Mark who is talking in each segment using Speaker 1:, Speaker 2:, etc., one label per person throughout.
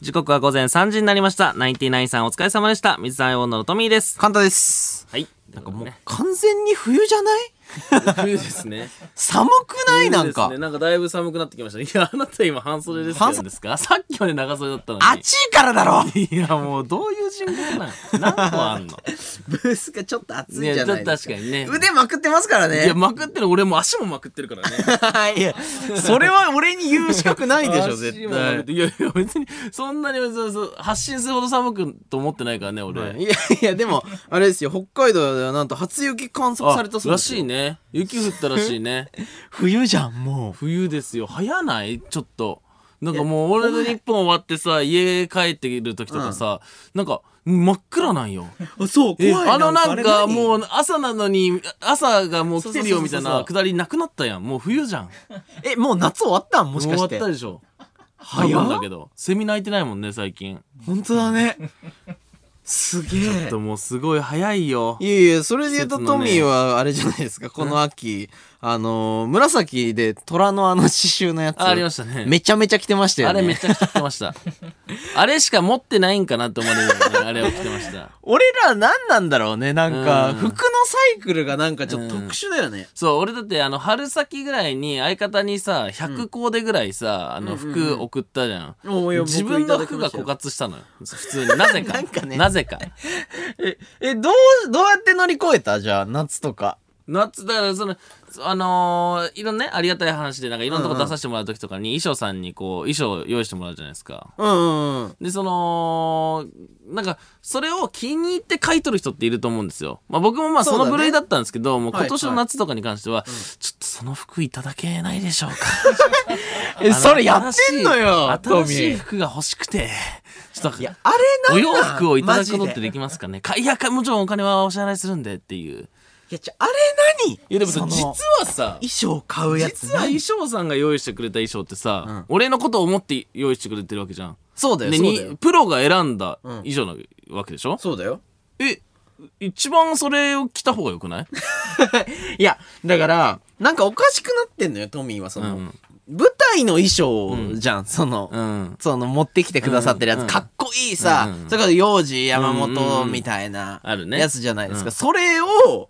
Speaker 1: 時刻は午前3時になりました。ナインティナインさんお疲れ様でした。水溜りボンドのトミーです。
Speaker 2: 簡単です。
Speaker 1: はい。
Speaker 2: なんかもう
Speaker 1: ね
Speaker 2: 完全に冬じゃない
Speaker 1: 冬ですね。
Speaker 2: 寒くないなん
Speaker 1: 冬
Speaker 2: か
Speaker 1: ですね。。なんかだいぶ寒くなってきましたね。いや、あなた今半袖ですけど
Speaker 2: 半袖
Speaker 1: ですかさっきまで長袖だったのに。
Speaker 2: 暑いからだろ
Speaker 1: いや、もうどういう人口なん 何個あんの
Speaker 2: ブースがちょっと暑
Speaker 1: いや、ちょっと確かにね。
Speaker 2: 腕まくってますからね。
Speaker 1: いや、まくってる俺も足もまくってるからね。
Speaker 2: いや、それは俺に言う資格ないでしょ、
Speaker 1: 足
Speaker 2: 絶
Speaker 1: もまくっ
Speaker 2: 対
Speaker 1: て。いやいや、別に、そんなにそうそう発信するほど寒くと思ってないからね、俺。
Speaker 2: いやいや、でも、あれですよ、北海道ではなんと初雪観測されたそう
Speaker 1: ら
Speaker 2: ですよ
Speaker 1: しいね。雪降ったらしいね。
Speaker 2: 冬じゃん、もう。
Speaker 1: 冬ですよ早ないちょっとなんかもう俺の日本終わってさ家帰ってる時とかさ、なんか真っ暗なんよ
Speaker 2: あ、そう、
Speaker 1: え
Speaker 2: 怖い。
Speaker 1: あのなんか
Speaker 2: う、
Speaker 1: もう朝なのに朝がもう来てるよ
Speaker 2: そう
Speaker 1: み
Speaker 2: そ
Speaker 1: た
Speaker 2: うそうそ
Speaker 1: い
Speaker 2: う
Speaker 1: なくだりなくなったやんもう冬じゃん
Speaker 2: え、もう夏終わったんもし
Speaker 1: もう終
Speaker 2: か
Speaker 1: わ
Speaker 2: し。
Speaker 1: ってたでしょ
Speaker 2: 早っ
Speaker 1: 多分だけどセミ鳴いてないもんね最近
Speaker 2: 本当だね。すげえ
Speaker 1: で。ももうすごい早いよ
Speaker 2: いやいや、それで言うと、
Speaker 1: 季節の
Speaker 2: ト
Speaker 1: ね
Speaker 2: ミーはあれじゃないですか、この秋、あのー、紫で虎のあの刺繍のやつ。
Speaker 1: あありました ね
Speaker 2: めちゃめちゃ着てましたよ
Speaker 1: あ
Speaker 2: ね。
Speaker 1: れめっちゃ着てま したあれしか持ってないんかなって思われるよねあれを着てました
Speaker 2: 俺ら何なんだろうね、なんか、
Speaker 1: うん
Speaker 2: 服のサイクルがなんかちょっと特殊だよね。
Speaker 1: そう、俺だってあの、春先ぐらいに相方にさ、100コーデぐらいさ、あの、服送ったじゃん。
Speaker 2: おいや僕
Speaker 1: 自分の服
Speaker 2: い
Speaker 1: が
Speaker 2: た
Speaker 1: 枯
Speaker 2: だきま
Speaker 1: 渇したのよ。普通に。なぜか。
Speaker 2: なんかね
Speaker 1: なぜか。
Speaker 2: したよえ、え、どう、どうやって乗り越えたじゃあ、夏とか。
Speaker 1: 夏、だからその、あのーいろんなね、ありがたい話で、なんかいろんなとこ出させてもらう時とかに、衣装さんにこう、衣装を用意してもらうじゃないですか。
Speaker 2: うんうんうん。
Speaker 1: で、その、なんか、それを気に入って書いとる人っていると思うんですよ。まあ僕もまあ
Speaker 2: そう
Speaker 1: そ
Speaker 2: だね
Speaker 1: の部類だったんですけど、もう今年の
Speaker 2: はいは
Speaker 1: 夏とかに関しては、ちょっとその服いただけないでしょうか。
Speaker 2: え、
Speaker 1: あの
Speaker 2: それやってんのよ、ト
Speaker 1: 新し
Speaker 2: ミ
Speaker 1: い新しい
Speaker 2: ー。
Speaker 1: 服が欲しくて。ちょっと
Speaker 2: いや、あれ
Speaker 1: お
Speaker 2: なん
Speaker 1: 洋
Speaker 2: なん
Speaker 1: 服をいただくこ
Speaker 2: マ
Speaker 1: と
Speaker 2: ジ
Speaker 1: ってできますかねかいやかもちろんお金はお支払いするんでっていう。
Speaker 2: いや、ちょ、あれ何い
Speaker 1: いやでもさ、実
Speaker 2: 衣
Speaker 1: はさ、
Speaker 2: 装買うやつ
Speaker 1: 実は
Speaker 2: 何
Speaker 1: 衣装さんが用意してくれた衣装ってさ、
Speaker 2: ん
Speaker 1: 俺のことを思って用意してくれてるわけじゃん。
Speaker 2: そうだよ、
Speaker 1: で、
Speaker 2: そうだ
Speaker 1: に
Speaker 2: よ。
Speaker 1: プロが選んだ衣装なわけでしょ、
Speaker 2: そうだよ。
Speaker 1: え、一番それを着た方がよくない
Speaker 2: いや、だから、なんかおかしくなってんのよ、トミーは。その、
Speaker 1: うん
Speaker 2: 舞台の衣装じゃん、その、
Speaker 1: うん。
Speaker 2: その持ってきてくださってるやつ、
Speaker 1: うん
Speaker 2: かっこいいさ、
Speaker 1: うん
Speaker 2: それから幼児山
Speaker 1: うんう
Speaker 2: 本
Speaker 1: ん
Speaker 2: みたいな
Speaker 1: あるね
Speaker 2: やつじゃないですか、
Speaker 1: うん
Speaker 2: それを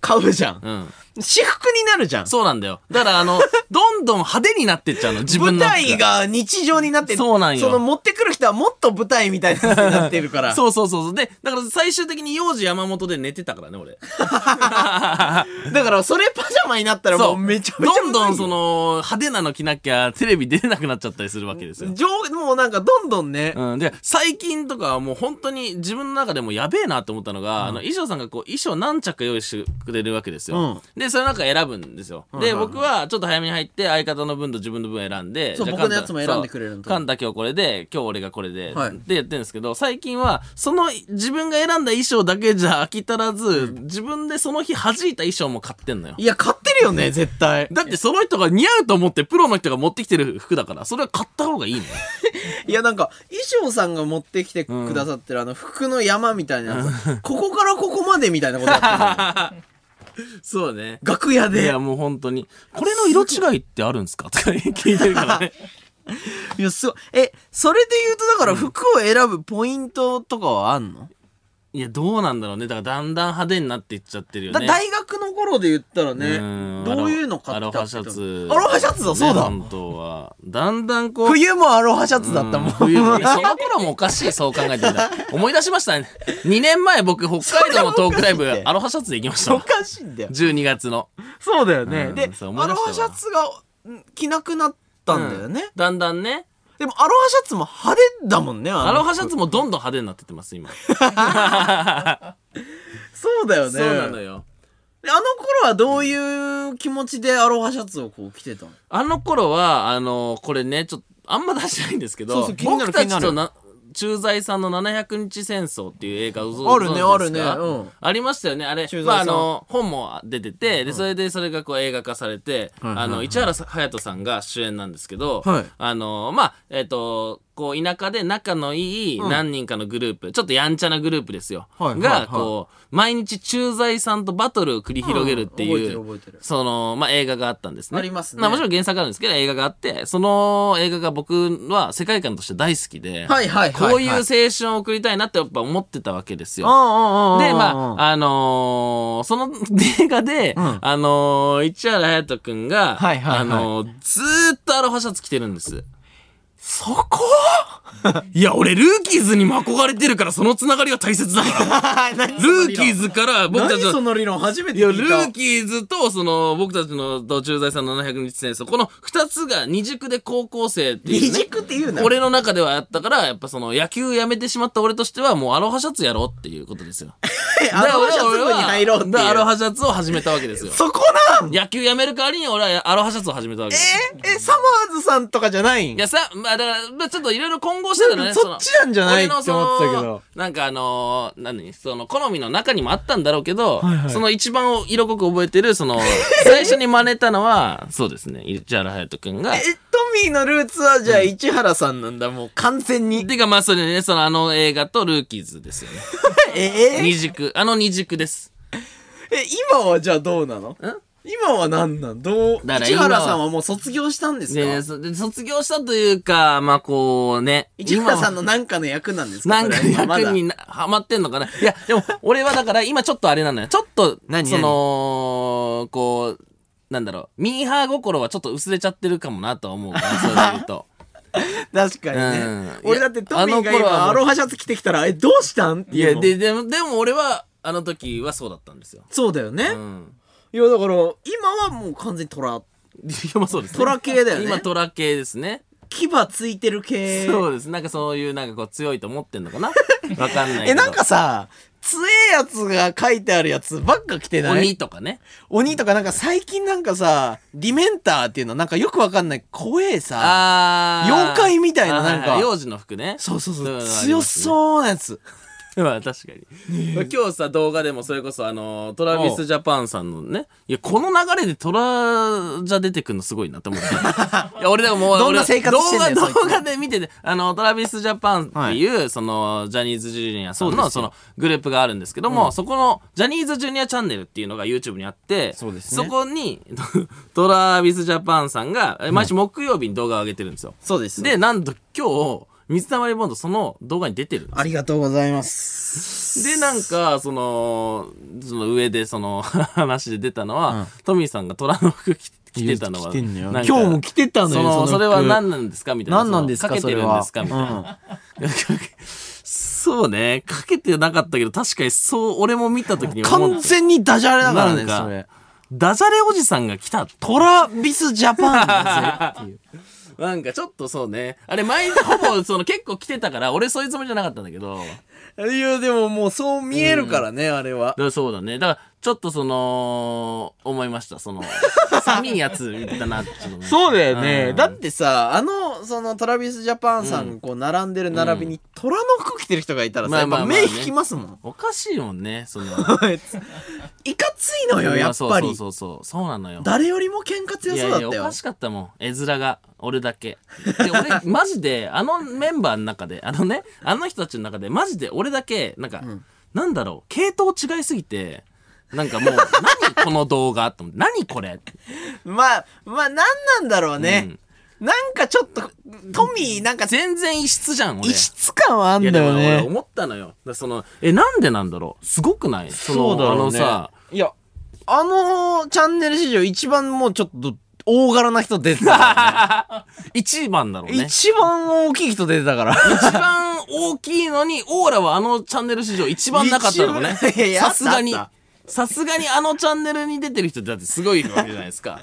Speaker 2: 買うじゃん、
Speaker 1: うん。
Speaker 2: 私服になるじゃん
Speaker 1: そうなんだよ。だからあ の、どんどん派手になってっちゃうの、自分
Speaker 2: 舞
Speaker 1: の服
Speaker 2: 台が日常になって
Speaker 1: そうなんよ
Speaker 2: の持ってくる人はもっと舞台みたいなやつになってるから
Speaker 1: そうそうそうそう。で、だから最終的に幼児山本で寝てたからね、俺。
Speaker 2: だからそれパジャマになったらも
Speaker 1: そうう。
Speaker 2: めちゃめちゃ
Speaker 1: どんどん
Speaker 2: むずい
Speaker 1: そ
Speaker 2: よ
Speaker 1: の、派手なの着なきゃテレビ出れなくなっちゃったりするわけですよ。
Speaker 2: 上もうなんかどんどんね、
Speaker 1: うん、で最近とかはもう本当に自分の中でもやべえなと思ったのが、あの衣装さんがこう衣装何着か用意してくれるわけですよ、でそれなんか選ぶんですよ、で僕はちょっと早めに入って相方の分と自分の分選んで
Speaker 2: そう
Speaker 1: じゃあカン
Speaker 2: 僕の
Speaker 1: タ
Speaker 2: やつも選んでくれるの
Speaker 1: そうカンタ今日これで今日俺がこれで、
Speaker 2: はい
Speaker 1: でやってるんですけど最近はその自分が選んだ衣装だけじゃ飽き足らず、自分でその日弾いた衣装も買ってんのよ
Speaker 2: いや買ってるよね絶対
Speaker 1: だってその人が似合うと思ってプロの人が持ってきてる服だからそれは買った方が いいのよ
Speaker 2: いやなんか衣装さんが持ってきてくださってるあの服の山みたいなやつ、ここからここまでみたいなことやってる
Speaker 1: そうね
Speaker 2: 楽屋で
Speaker 1: い
Speaker 2: い
Speaker 1: や
Speaker 2: や
Speaker 1: もう本当にこれの色違いってあるんですか とか聞いてるからね
Speaker 2: すごいえそれで言うとだから服を選ぶポイントとかはあんの、
Speaker 1: いやどうなんだろうねだからだんだん派手になっていっちゃってるよ
Speaker 2: だ
Speaker 1: ね
Speaker 2: 大学の頃で言ったらね
Speaker 1: ん
Speaker 2: どういうの買
Speaker 1: ア
Speaker 2: って
Speaker 1: ロ
Speaker 2: た
Speaker 1: ハ
Speaker 2: っけ
Speaker 1: シャツ
Speaker 2: アロハシャツだそうだ
Speaker 1: ね本当はだんだんこう
Speaker 2: 冬もアロハシャツだったもん、
Speaker 1: 冬もねその頃もおかしいそう考えてみ たら思い出しましたね2年前僕北海道のトークライ
Speaker 2: それはおかしいっ
Speaker 1: ブ
Speaker 2: て
Speaker 1: アロハシャツで行きました
Speaker 2: お
Speaker 1: わ
Speaker 2: かしいんだよ
Speaker 1: 12月の
Speaker 2: そうだよね、
Speaker 1: うん
Speaker 2: でア
Speaker 1: そう思い出
Speaker 2: ロ
Speaker 1: したわ
Speaker 2: ハシャツがん着なくなったんだよね、
Speaker 1: うだんだんね
Speaker 2: でもアロハシャツも派手だもんねあの
Speaker 1: アロハシャツもどんどん派手になってってます今
Speaker 2: そうだよね
Speaker 1: そうなのよ
Speaker 2: であの頃はどういう気持ちでアロハシャツをこう着てたの
Speaker 1: あの頃は、あのこれね、ちょっと、あんま出してないんですけど、
Speaker 2: そうそう気にな
Speaker 1: 僕
Speaker 2: る
Speaker 1: た
Speaker 2: 気にな
Speaker 1: ち
Speaker 2: る
Speaker 1: とな、駐在さんの700日戦争っていう映画を
Speaker 2: あるねあるねうん
Speaker 1: ありましたよね。あれ
Speaker 2: 駐在、さん
Speaker 1: まあ、あの、本も出てて、で、それでそれがこう映画化されて、
Speaker 2: はいはいはい
Speaker 1: あの、市原隼人さんが主演なんですけど、
Speaker 2: はい
Speaker 1: あのまあ、えっ、と、こう、田舎で仲のいい
Speaker 2: うん
Speaker 1: 何人かのグループ、ちょっとやんちゃなグループですよ。
Speaker 2: はいはいはい
Speaker 1: が、こう、毎日駐在さんとバトルを繰り広げるっていう、
Speaker 2: うん覚えてる覚えてる
Speaker 1: その、まあ、映画があったんですね。
Speaker 2: ありますね
Speaker 1: あもちろん原作あるんですけど、映画があって、その映画が僕は世界観として大好きで、
Speaker 2: はいはいはいはい
Speaker 1: こういう青春を送りたいなってやっぱ思ってたわけですよ。
Speaker 2: うんうんうんうんうん
Speaker 1: で、まあ、あのーその映画で、
Speaker 2: うん
Speaker 1: あのー市原隼人くんが、
Speaker 2: はいはいはい
Speaker 1: あのーずーっとアロハシャツ着てるんです。
Speaker 2: そこ
Speaker 1: いや、俺、ルーキーズにも憧れてるから、そのつながりは大 切だ から。ルーキーズから僕た
Speaker 2: 何
Speaker 1: ちの
Speaker 2: その理論初めて
Speaker 1: いや、
Speaker 2: 聞い
Speaker 1: ル
Speaker 2: た
Speaker 1: ーキーズと、その、僕たちの、と、駐在さんの700日戦争、この二つが二軸で高校生っていう、ね。
Speaker 2: 二軸っていうな
Speaker 1: 俺の中ではあったから、やっぱその、野球やめてしまった俺としては、もうアロハシャツやろうっていうことですよ。
Speaker 2: アロハシャツ部に入ろうっていう
Speaker 1: だから俺はだからアロハシャツを始めたわけですよ。
Speaker 2: そこなん
Speaker 1: 野球やめる代わりに俺はアロハシャツを始めたわけです。
Speaker 2: ええサマーズさんとかじゃない
Speaker 1: い
Speaker 2: ん
Speaker 1: やさ、まあだから、まあ、ちょっといろいろ混合してたの
Speaker 2: な
Speaker 1: ね。
Speaker 2: んかそっちなんじゃない
Speaker 1: その
Speaker 2: って思ってたけど
Speaker 1: 俺のそのなんかあのー、何その、好みの中にもあったんだろうけど、
Speaker 2: はいはい
Speaker 1: その一番を色濃く覚えてる、そ の、最初に真似たのは、そうですね、市原隼人くんが。
Speaker 2: えトミーのルーツはじゃあ市原さんなんだもう完全に
Speaker 1: てか、まあ、それね、その、あの映画とルーキーズですよね。
Speaker 2: ええ
Speaker 1: 二軸、あの二軸です。
Speaker 2: え今はじゃあどうなの今は何なんどう
Speaker 1: だから
Speaker 2: 市原さんはもう卒業したんですか
Speaker 1: で、そで卒業したというか、まあ、こうね。
Speaker 2: 市原さん
Speaker 1: の
Speaker 2: の何かの役なんですか
Speaker 1: なんか
Speaker 2: それは今まだ
Speaker 1: 役になハマってんのかないや、でも、俺はだから今ちょっとあれなのよ。ちょっと、
Speaker 2: 何
Speaker 1: その、こう、なんだろう、ミーハー心はちょっと薄れちゃってるかもなとは思うから、そういうと。
Speaker 2: 確かにね、
Speaker 1: うん
Speaker 2: 俺だってトミーが
Speaker 1: いやあの頃はも
Speaker 2: 今
Speaker 1: う
Speaker 2: アロハシャツ着てきたらえどうしたんって
Speaker 1: い
Speaker 2: いう
Speaker 1: や、
Speaker 2: の
Speaker 1: で、でも、でも俺は、あの時はそうだったんですよ。
Speaker 2: そうだよね、
Speaker 1: うん。
Speaker 2: いやだから今はもう完全にトラ
Speaker 1: いや、まあそうです、
Speaker 2: トラ系だよね
Speaker 1: 今、トラ系ですね。
Speaker 2: 牙ついてる系
Speaker 1: そうです。なんかそういう、なんかこう、強いと思ってんのかなわかんないけど。
Speaker 2: えなんかさ強えやつが書いてあるやつばっか着てない
Speaker 1: 鬼とかね。
Speaker 2: 鬼とかなんか最近なんかさディメンターっていうのなんかよくわかんない怖えさ
Speaker 1: あー
Speaker 2: 妖怪みたいななんか
Speaker 1: あー幼児の服ね。
Speaker 2: そうそうそう
Speaker 1: いのあり
Speaker 2: 強
Speaker 1: ますね
Speaker 2: そうなやつ
Speaker 1: まあ確かに。 今日さ、動画でもそれこそあの、トラビスジャパンさんのね、いや、この流れでトラじゃ出てくるのすごいな と思って。いや、俺でももう、
Speaker 2: どんな
Speaker 1: 俺
Speaker 2: 生活してんだよ
Speaker 1: 動画、
Speaker 2: そいつ
Speaker 1: 動画で見てて、あの、トラビスジャパンっていう、その、ジャニーズジュニアさんの、その、グループがあるんですけども、そこの、ジャニーズジュニアチャンネルっていうのが YouTube にあって、
Speaker 2: そうですね
Speaker 1: そこに、 トラビスジャパンさんが、え毎週木曜日に動画を上げてるんですよ。
Speaker 2: そうです
Speaker 1: で、なんと今日、水溜りボンドその動画に出てるんですよ
Speaker 2: ありがとうございます
Speaker 1: で、なんか、その、その上で、その、 話で出たのは、
Speaker 2: うん
Speaker 1: トミーさんが虎の服着着てたのは、
Speaker 2: 着てんのよ
Speaker 1: な
Speaker 2: 今
Speaker 1: んか
Speaker 2: 日も着てたのよ
Speaker 1: その、そ
Speaker 2: 服
Speaker 1: れは何なんですかみたいな。
Speaker 2: 何なんですか
Speaker 1: そのかけてるんですかみ
Speaker 2: そ
Speaker 1: た
Speaker 2: れ
Speaker 1: い
Speaker 2: は
Speaker 1: な。そうね、かけてなかったけど、確かにそう、俺も見た時に
Speaker 2: うん
Speaker 1: 思った
Speaker 2: 完全にダジャレだから
Speaker 1: な
Speaker 2: ね
Speaker 1: んか
Speaker 2: それ
Speaker 1: ダジャレおじさんが来たと。
Speaker 2: トラビスジャパンだぜっていう
Speaker 1: なんかちょっとそうね。あれ、前、ほぼ、その結構来てたから、俺そういうつもりじゃなかったんだけど。
Speaker 2: いや、でももうそう見えるからね、あれは。
Speaker 1: だそうだね。だから、ちょっとその、思いました。 その、寒いやつだなっていうのね
Speaker 2: そうだよね。
Speaker 1: うん
Speaker 2: だってさ、あの、その、トラビスジャパンさん、こう、並んでる並びに、虎の服着てる人がいたらさ、
Speaker 1: ま
Speaker 2: や
Speaker 1: あ
Speaker 2: っ
Speaker 1: まあ
Speaker 2: ぱ
Speaker 1: まあ
Speaker 2: 目
Speaker 1: ね
Speaker 2: 引きますもん。
Speaker 1: おかしいもんね、その。
Speaker 2: いかついのよ、やっ
Speaker 1: そう
Speaker 2: ぱ
Speaker 1: そう
Speaker 2: り。
Speaker 1: そうそう。そうなのよ。
Speaker 2: 誰よりも喧嘩強
Speaker 1: いや
Speaker 2: そう
Speaker 1: い
Speaker 2: だっ
Speaker 1: や、お
Speaker 2: たよ
Speaker 1: か。しかったもん。絵面が。俺だけ。で、俺、 マジで、あのメンバーの中で、あのね、あの人たちの中で、マジで俺だけ、なんか、なんだろう、系統違いすぎて、なんかもう、何この動画と思って、何これ
Speaker 2: まあ、まあ、なんなんだろうね。なんかちょっと、トミー、なんか、
Speaker 1: 全然異質じゃん、俺。
Speaker 2: 異質感はあん
Speaker 1: いや
Speaker 2: だ
Speaker 1: でも
Speaker 2: よ
Speaker 1: 俺
Speaker 2: ね。
Speaker 1: 思ったのよ。だからその、え、なんでなんだろうすごくないそのあのさ、。
Speaker 2: いや、あのチャンネル史上一番もうちょっと、大柄な人出てたからね。
Speaker 1: 一番だろうね。
Speaker 2: 一番大きい人出てたから。
Speaker 1: 一番大きいのに、オーラはあのチャンネル史上一番なかったの ね
Speaker 2: 一番いやい。や
Speaker 1: さすがに
Speaker 2: あったあっ。
Speaker 1: さすがにあのチャンネルに出てる人ってだってすごいわけじゃないです か。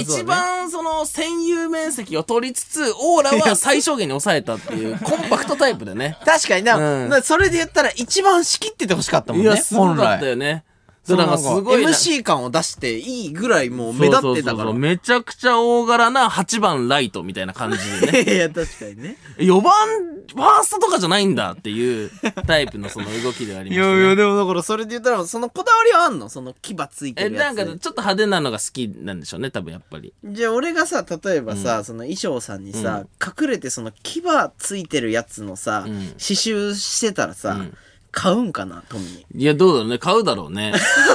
Speaker 1: 一番その占有面積を取りつつ、オーラは最小限に抑えたっていう、コンパクトタイプでね。
Speaker 2: 確かにな、
Speaker 1: うん
Speaker 2: なそれで言ったら一番仕切っててほしかったもん
Speaker 1: い
Speaker 2: ね。
Speaker 1: や、すご
Speaker 2: 本
Speaker 1: かった
Speaker 2: 来。
Speaker 1: よね。そうなんかすごいな
Speaker 2: MC 感を出していいぐらいもう目立ってた
Speaker 1: そうそう
Speaker 2: か
Speaker 1: そう
Speaker 2: ら
Speaker 1: そうめちゃくちゃ大柄な8番ライトみたいな感じ でね
Speaker 2: いや確かにね
Speaker 1: 4番ファーストとかじゃないんだっていうタイプのその動きではあり
Speaker 2: い
Speaker 1: ま
Speaker 2: や
Speaker 1: す
Speaker 2: いや
Speaker 1: ね。
Speaker 2: でもだからそれで言ったらそのこだわりはあんのその牙ついて
Speaker 1: え
Speaker 2: る
Speaker 1: な
Speaker 2: や
Speaker 1: んか
Speaker 2: つ
Speaker 1: ちょっと派手なのが好きなんでしょうね多分やっぱり
Speaker 2: じゃあ俺がさ例えばさ、その衣装さんにさ、隠れてその牙ついてるやつのさ、
Speaker 1: うん
Speaker 2: 刺繍してたらさ、
Speaker 1: うん
Speaker 2: 買うんかなトミー
Speaker 1: いやどうだろうね買うだろう ね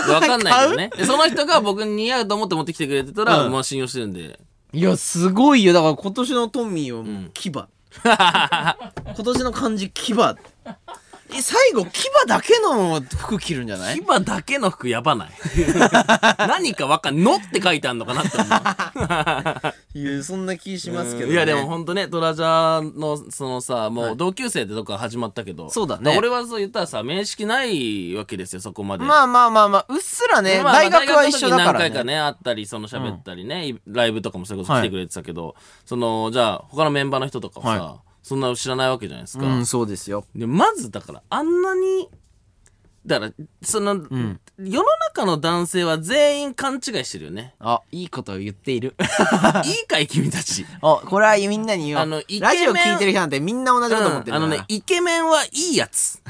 Speaker 1: わかんないけどねでその人が僕に似合うと思って持ってきてくれてたら、
Speaker 2: うん
Speaker 1: まあ信用してるんで
Speaker 2: いやすごいよだから今年のトミーはもう 牙、今年の漢字牙え最後牙だけの服着るんじゃない
Speaker 1: 牙だけの服やばない 何かわかんのって書いてあんのかなって思う
Speaker 2: いやそんな気しますけど、ね、
Speaker 1: いやでもほんとねトラジャーのそのさもう同級生ってとこから始まったけど、
Speaker 2: そうだね
Speaker 1: から俺はそう言ったらさ面識ないわけですよそこまで
Speaker 2: まあまあまあまあうっすらね、
Speaker 1: まあ
Speaker 2: 大学は一緒だ
Speaker 1: 大
Speaker 2: から
Speaker 1: 学の時何回
Speaker 2: ね
Speaker 1: かね、会ったり、その喋ったりね、ライブとかもそれこそ来てくれてたけど、その、じゃあ、他のメンバーの人とかはさ、
Speaker 2: は
Speaker 1: そんな知らないわけじゃないですか。
Speaker 2: うんそうですよ。
Speaker 1: で、まず、だから、あんなに、だから、その、世の中の男性は全員勘違いしてるよね
Speaker 2: あいいことを言っている
Speaker 1: いいかい、君たち。
Speaker 2: おこれはみんなに言おう
Speaker 1: あのイケメン
Speaker 2: ラジオ聞いてる人なんてみんな同じこと思ってる
Speaker 1: あ
Speaker 2: んだ
Speaker 1: の
Speaker 2: から
Speaker 1: ね、イケメンはいいや つ。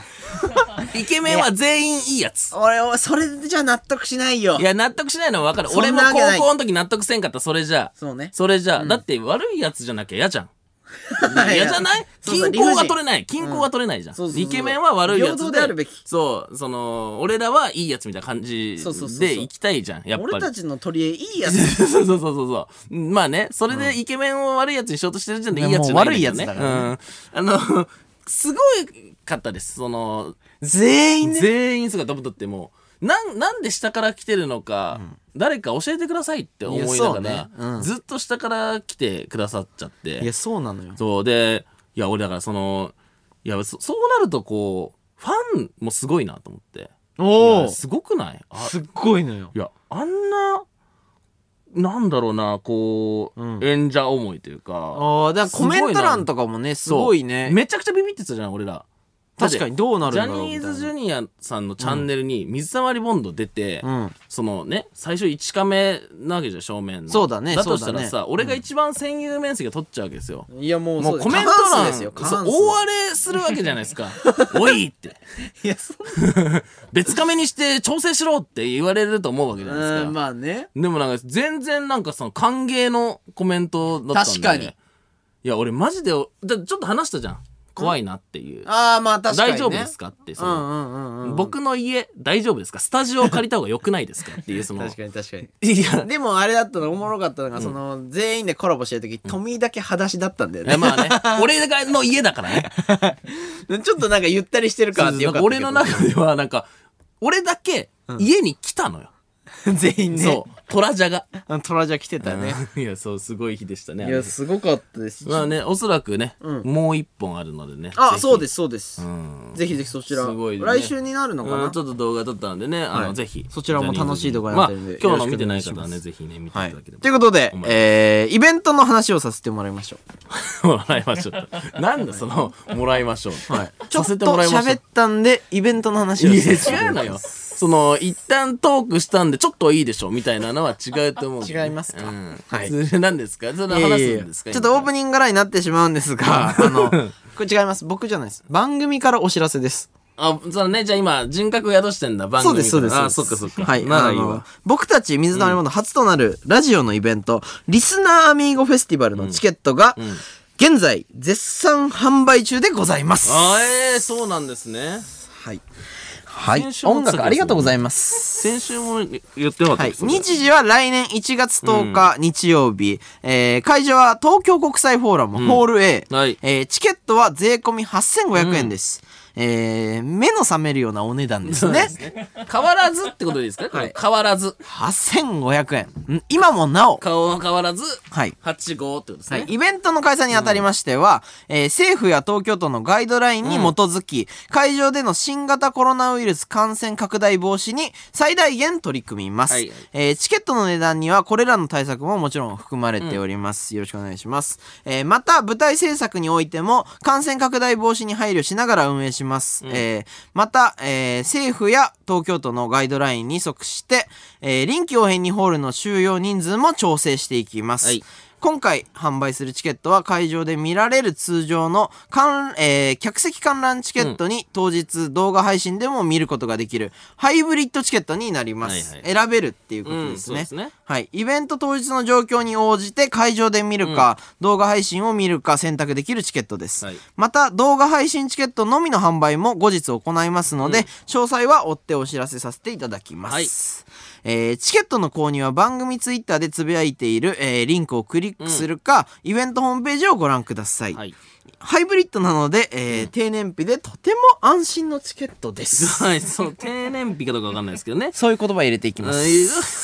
Speaker 1: イケメンは全員いいやつ。
Speaker 2: 俺はそれじゃ納得しないよ
Speaker 1: いや、納得しないのはわかる。
Speaker 2: そ
Speaker 1: 俺
Speaker 2: ん
Speaker 1: も
Speaker 2: なわけない
Speaker 1: 高校の時納得せんかった、それじゃあ。
Speaker 2: そうね
Speaker 1: それじゃあ、だって悪いやつじゃなきゃ嫌じゃん。
Speaker 2: い
Speaker 1: 嫌じゃない
Speaker 2: そうそう
Speaker 1: 均衡が
Speaker 2: 理不尽
Speaker 1: 取れない。均衡が取れないじゃん
Speaker 2: そうそう。そう
Speaker 1: イケメンは悪いやつ
Speaker 2: 平等であるべき
Speaker 1: そう、その、俺らはいいやつみたいな感じ
Speaker 2: そうそうそうそう
Speaker 1: で行きたいじゃん、やっぱ
Speaker 2: 俺た
Speaker 1: り。
Speaker 2: ちの取り柄いいやつ
Speaker 1: そうそうそうそうそう。まあね、それでイケメンを悪いやつにしようとしてる時点でいいやつじゃないんだけどね。
Speaker 2: もう悪いやつ
Speaker 1: う
Speaker 2: だから
Speaker 1: ん。あの、すごいかったです。その、
Speaker 2: 全員ね
Speaker 1: 全員姿ぶとってもうなんなんで下から来てるのか、誰か教えてくださいって思いながら、
Speaker 2: いやそうねうん
Speaker 1: ずっと下から来てくださっちゃって
Speaker 2: いやそうなのよ
Speaker 1: そうでいや俺だからそのいやそそうなるとこうファンもすごいなと思ってい
Speaker 2: お
Speaker 1: やすごくないあ
Speaker 2: すっごいのよ
Speaker 1: いやあんななんだろうなこう、
Speaker 2: うん
Speaker 1: 演者思いというか
Speaker 2: ああだからコメント欄とかもねす
Speaker 1: そう
Speaker 2: ごいね
Speaker 1: めちゃくちゃビビってたじゃん俺ら
Speaker 2: 確かにどうなるん
Speaker 1: ジ
Speaker 2: だ
Speaker 1: ャ
Speaker 2: ろうみ
Speaker 1: ニ
Speaker 2: た
Speaker 1: ー
Speaker 2: いな
Speaker 1: ズジュニアさんのチャンネルに水溜りボンド出て、
Speaker 2: うん
Speaker 1: そのね最初1カメなわけじゃん正面の
Speaker 2: そうだね
Speaker 1: だとしたら
Speaker 2: そうだ
Speaker 1: さ、
Speaker 2: ね
Speaker 1: 俺が一番占有面積を取っちゃうわけですよ、
Speaker 2: いやもう
Speaker 1: もう
Speaker 2: そ
Speaker 1: コメント
Speaker 2: 過半数
Speaker 1: 欄
Speaker 2: ですよ過
Speaker 1: そう
Speaker 2: 半数
Speaker 1: 大荒れするわけじゃないです かおいって
Speaker 2: いやそう
Speaker 1: 別カメにして調整しろって言われると思うわけじゃないです
Speaker 2: う
Speaker 1: か、
Speaker 2: んまあね
Speaker 1: でもなんか全然なんかその歓迎のコメントだったんで
Speaker 2: 確かに
Speaker 1: いや俺マジでおだちょっと話したじゃん怖いなっていう、
Speaker 2: ああまあ確か
Speaker 1: 大
Speaker 2: にね
Speaker 1: 丈夫ですかってそ
Speaker 2: うん
Speaker 1: の、
Speaker 2: うんうんうん
Speaker 1: 僕の家大丈夫ですかスタジオを借りた方が良くないですかっていうその
Speaker 2: 確かに確かに
Speaker 1: い や
Speaker 2: でもあれだったのおもろかったのが、その全員でコラボしてる時富井だけ裸足だったんだよね、
Speaker 1: えまあね、俺がの家だから ね。
Speaker 2: ちょっとなんかゆったりしてる
Speaker 1: そ
Speaker 2: か
Speaker 1: う
Speaker 2: って
Speaker 1: そ
Speaker 2: よ
Speaker 1: う
Speaker 2: か
Speaker 1: な
Speaker 2: っ
Speaker 1: ん
Speaker 2: た
Speaker 1: か
Speaker 2: け
Speaker 1: 俺
Speaker 2: ど
Speaker 1: の中では、なんか、俺だけ家に来たのよ。
Speaker 2: 全員ね
Speaker 1: そう、トラジャが。
Speaker 2: あのトラジャ来てたね、
Speaker 1: いや、そう、すごい日でしたね。あ
Speaker 2: い
Speaker 1: れ
Speaker 2: やすごかったです、
Speaker 1: まあね、おそらくね、
Speaker 2: うん
Speaker 1: もう一本あるのでね。
Speaker 2: あそう
Speaker 1: で
Speaker 2: ですそうで
Speaker 1: す。
Speaker 2: す、
Speaker 1: うん。
Speaker 2: ぜひぜひそちら、
Speaker 1: すごいね
Speaker 2: 来週になるのかな、
Speaker 1: うんちょっと動画撮ったんでね、あの、
Speaker 2: はい
Speaker 1: ぜひ。
Speaker 2: そちらも楽しい動画
Speaker 1: ま
Speaker 2: やっ
Speaker 1: あ、
Speaker 2: てるんで
Speaker 1: 今日の
Speaker 2: よろし
Speaker 1: 見
Speaker 2: く
Speaker 1: て
Speaker 2: お願
Speaker 1: ないい
Speaker 2: します
Speaker 1: 方はね、ぜひね、見てい
Speaker 2: は
Speaker 1: た
Speaker 2: い、
Speaker 1: だけれ
Speaker 2: とい
Speaker 1: ば。
Speaker 2: うことで
Speaker 1: お、前
Speaker 2: えー、イベントの話をさせてもらいまし ょ
Speaker 1: もらいましょう。なんだ、その、もらいましょう。
Speaker 2: う、はい、ちょ
Speaker 1: させ
Speaker 2: っと
Speaker 1: てもらいましょう
Speaker 2: 喋ったんでイベントの話を
Speaker 1: い
Speaker 2: させても
Speaker 1: や、
Speaker 2: ら
Speaker 1: 違う
Speaker 2: ま
Speaker 1: の
Speaker 2: す
Speaker 1: よ。その、一旦トークしたんで、ちょっといいでしょ、みたいなのは違うと思う。
Speaker 2: 違いますか
Speaker 1: うん。
Speaker 2: はい
Speaker 1: それなんですかそれ
Speaker 2: いやい
Speaker 1: 話
Speaker 2: やい
Speaker 1: す
Speaker 2: や
Speaker 1: んですか
Speaker 2: ちょっとオープ
Speaker 1: ン
Speaker 2: ニングからになってしまうんです が、あの、これ違います。僕じゃないです。番組からお知らせです。
Speaker 1: あ、そうね、じゃあ今、人格を宿してんだ、番組。
Speaker 2: そうです、そうです。
Speaker 1: あ、そっかそっか。
Speaker 2: はい。
Speaker 1: な
Speaker 2: あ
Speaker 1: らいい
Speaker 2: の
Speaker 1: わ。、
Speaker 2: 僕たち水溜りボンド初となるラジオのイベント、リスナーアミーゴフェスティバルのチケットが、現在、絶賛販売中でございます。
Speaker 1: あえー、そうなんですね。
Speaker 2: はい。はい
Speaker 1: 先。週も
Speaker 2: 音楽ありがとうございます。
Speaker 1: 先週も言ってなかった
Speaker 2: は
Speaker 1: っ
Speaker 2: い、
Speaker 1: けそれ
Speaker 2: 日時は来年1月10日日曜日、えー会場は東京国際フォーラムホール A、
Speaker 1: はい
Speaker 2: えーチケットは税込み8500円です、えー目の覚めるようなお値段ですね
Speaker 1: 変わらずってことでいいですか、
Speaker 2: はい
Speaker 1: 変わらず。
Speaker 2: 8500円ん今もなお、
Speaker 1: 顔は変わらず、
Speaker 2: はい
Speaker 1: 85ってことです
Speaker 2: は
Speaker 1: ね。
Speaker 2: い、イベントの開催にあたりましては、えー政府や東京都のガイドラインに基づき、会場での新型コロナウイルス感染拡大防止に最大限取り組みます、
Speaker 1: はいはい
Speaker 2: えーチケットの値段にはこれらの対策ももちろん含まれております、よろしくお願いします、えーまた舞台制作においても感染拡大防止に配慮しながら運営しします。えーまた、えー政府や東京都のガイドラインに即して、えー臨機応変にホールの収容人数も調整していきます。
Speaker 1: はい
Speaker 2: 今回販売するチケットは会場で見られる通常の観、えー客席観覧チケットに当日動画配信でも見ることができるハイブリッドチケットになります。
Speaker 1: はいは
Speaker 2: 選べるっていうことですね。
Speaker 1: うんそうですね
Speaker 2: はい。イベント当日の状況に応じて会場で見るか、動画配信を見るか選択できるチケットです。
Speaker 1: はい
Speaker 2: また、動画配信チケットのみの販売も後日行いますので、詳細は追ってお知らせさせていただきます。えーチケットの購入は番組ツイッターでつぶやいている、えーリンクをクリックするか、イベントホームページをご覧ください。
Speaker 1: はい。
Speaker 2: ハイブリッドなので、えー低燃費でとても安心のチケットです。
Speaker 1: はい、そう、低燃費かどうかわかんないですけど ね。
Speaker 2: そういう言葉入れていき
Speaker 1: う
Speaker 2: ま
Speaker 1: ん
Speaker 2: す。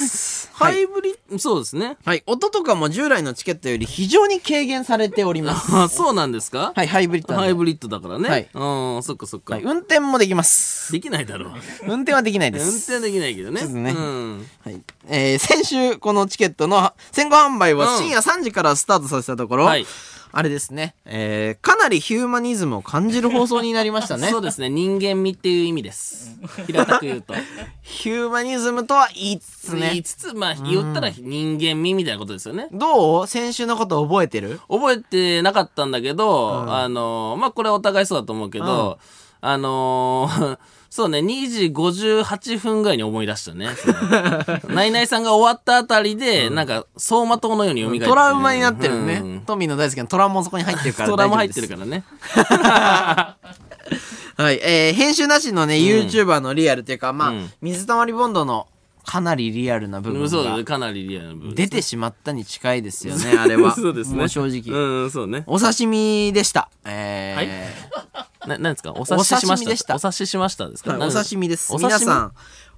Speaker 1: ハイブリッド、そうですね。
Speaker 2: はい、音とかも従来のチケットより非常に軽減されており ます。
Speaker 1: あ、そうなんですか
Speaker 2: はい、ハイブリッドなん
Speaker 1: ハ
Speaker 2: で
Speaker 1: イブリッドだからね。
Speaker 2: はい
Speaker 1: うん、そっかそっか。
Speaker 2: はい、運転もできます。
Speaker 1: できないだろう。
Speaker 2: 運転はできないで
Speaker 1: 運
Speaker 2: す。
Speaker 1: 転できないけどね。
Speaker 2: そうですね
Speaker 1: うん。
Speaker 2: はいえー先週、このチケットの先行販売
Speaker 1: うん
Speaker 2: は深夜3時からスタートさせたところ、
Speaker 1: はい
Speaker 2: あれですね、えーかなりヒューマニズムを感じる放送になりましたね
Speaker 1: そう。ですね。人間味っていう意味です。 平たく言うと。
Speaker 2: ヒューマニズムとは言いつつ
Speaker 1: 言い
Speaker 2: ね。
Speaker 1: つつ、まあ、言ったら人間味みたいなことですよね。
Speaker 2: どう先週のこと覚えてる
Speaker 1: 覚えてなかったんだけど、あの、まあ、これはお互いそうだと思うけど、あの ーそうね、2時58分ぐらいに思い出したね。そ のナイナイさんが終わったあたりで、なんか、走馬灯のように蘇って、
Speaker 2: トラウマになってるね。
Speaker 1: うん
Speaker 2: トミーの大好きなトラもそこに入ってるから
Speaker 1: ト
Speaker 2: 大丈夫です。
Speaker 1: ラも入ってるからね。
Speaker 2: はい、えー編集なしのね、YouTuber のリアルっていうか、まあ、
Speaker 1: うん
Speaker 2: 水溜りボンドのかなりリアルな部分
Speaker 1: そうだ
Speaker 2: が
Speaker 1: ね、かなりリアルな部分。
Speaker 2: 出てしまったに近いですよね、あれ は。
Speaker 1: そうですね。
Speaker 2: もう正直。
Speaker 1: うん、そうね。
Speaker 2: お刺身でした。えー
Speaker 1: はいな、なんですかお察ししました。
Speaker 2: お刺身でした
Speaker 1: お察ししましたですか、
Speaker 2: はいお刺身で
Speaker 1: お
Speaker 2: す。
Speaker 1: 刺身
Speaker 2: 皆さん、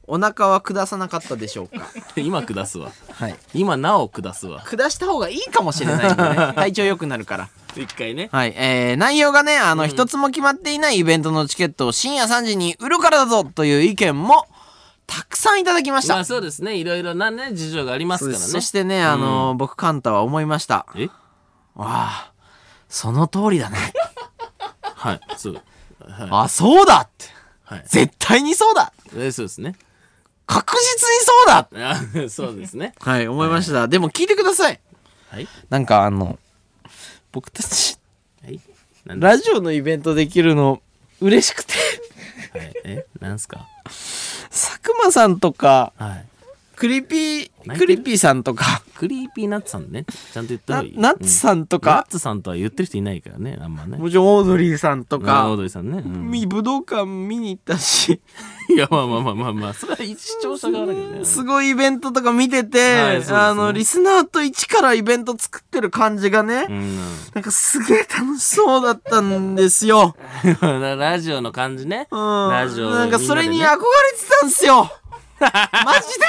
Speaker 2: お腹は下さなかったでしょうか
Speaker 1: 身。今下すわ。
Speaker 2: はい。
Speaker 1: 今なお下す わ。
Speaker 2: 下した方がいいかもしれないよね。 体調良くなるから。
Speaker 1: 一回ね。
Speaker 2: はい。えー、内容がね、あの、一つも決まっていないイベントのチケットを深夜3時に売るからだぞという意見も、たくさんいただきました
Speaker 1: まあ。そうですね。いろいろなね、事情があります
Speaker 2: そう
Speaker 1: か
Speaker 2: で
Speaker 1: ら
Speaker 2: す
Speaker 1: ね。
Speaker 2: そしてね、あの僕カンタは思いましたわ
Speaker 1: え
Speaker 2: あその通りだね
Speaker 1: はい。そう。は
Speaker 2: あそうだって
Speaker 1: い。はい。
Speaker 2: 絶対にそうだ
Speaker 1: えそうですね。
Speaker 2: 確実にそうだ
Speaker 1: あ そうですね。
Speaker 2: はい思いました、でも聞いてください
Speaker 1: はい。
Speaker 2: なんかあの僕たち
Speaker 1: はい。なんだ
Speaker 2: ラジオのイベントできるの嬉しくて
Speaker 1: はい。えなんすか
Speaker 2: 佐久間さんとか
Speaker 1: はい。
Speaker 2: クリピー
Speaker 1: 泣いてる
Speaker 2: クリピーさんとか
Speaker 1: クリーピーナッツさんね。ちゃんと言った
Speaker 2: な
Speaker 1: 方がいい。
Speaker 2: ナッツさんと
Speaker 1: うんナッ
Speaker 2: か、
Speaker 1: ツさんとは言ってる人いないからね。あんまね。
Speaker 2: もちろんオードリーさんと
Speaker 1: あオー
Speaker 2: か
Speaker 1: ドリーさんね。うん
Speaker 2: み武道館見に行ったし
Speaker 1: いや、まあまあまあまあまあ、それは視聴者側だけどね。
Speaker 2: すごいイベントとか見てて、
Speaker 1: はいそうですね
Speaker 2: あの、リスナーと一からイベント作ってる感じがね、
Speaker 1: うん。
Speaker 2: なんかすげえ楽しそうだったんですよ。
Speaker 1: ラジオの感じね。
Speaker 2: うん。
Speaker 1: ラジオ
Speaker 2: なんかそれに
Speaker 1: みんな
Speaker 2: 憧れてたんですよ。マジで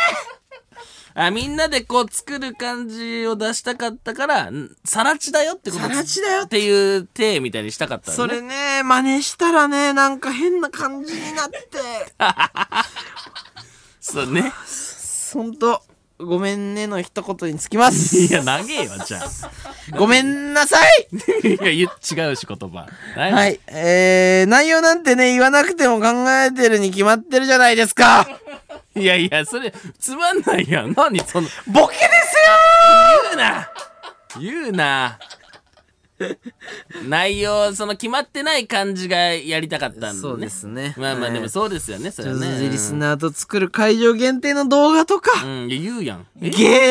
Speaker 1: あ、みんなでこう作る感じを出したかったから、んさらちだよってこと
Speaker 2: さらちだよ
Speaker 1: っていう体みたいにしたかった
Speaker 2: そ
Speaker 1: のね。
Speaker 2: れね、真似したらね、なんか変な感じになって、
Speaker 1: そうね。
Speaker 2: ほんと、ごめんねの一言につきます。
Speaker 1: いや、長えわ、じゃあ。
Speaker 2: ごめんなさい
Speaker 1: いや、言う違うし、言葉。はい
Speaker 2: はい。えー、内容なんてね、言わなくても考えてるに決まってるじゃないですか。
Speaker 1: いやいや、それ、つまんないやん。何その、
Speaker 2: ボケですよ
Speaker 1: 言うな言う な内容、その決まってない感じがやりたかったんだね。
Speaker 2: そうですね
Speaker 1: まあま
Speaker 2: は
Speaker 1: あ、
Speaker 2: い
Speaker 1: でもそうですよね、それは
Speaker 2: ジョ
Speaker 1: ね。
Speaker 2: ズリスナーと作る会場限定の動画と
Speaker 1: う
Speaker 2: か、
Speaker 1: ん、いや、言うやん。
Speaker 2: ゲ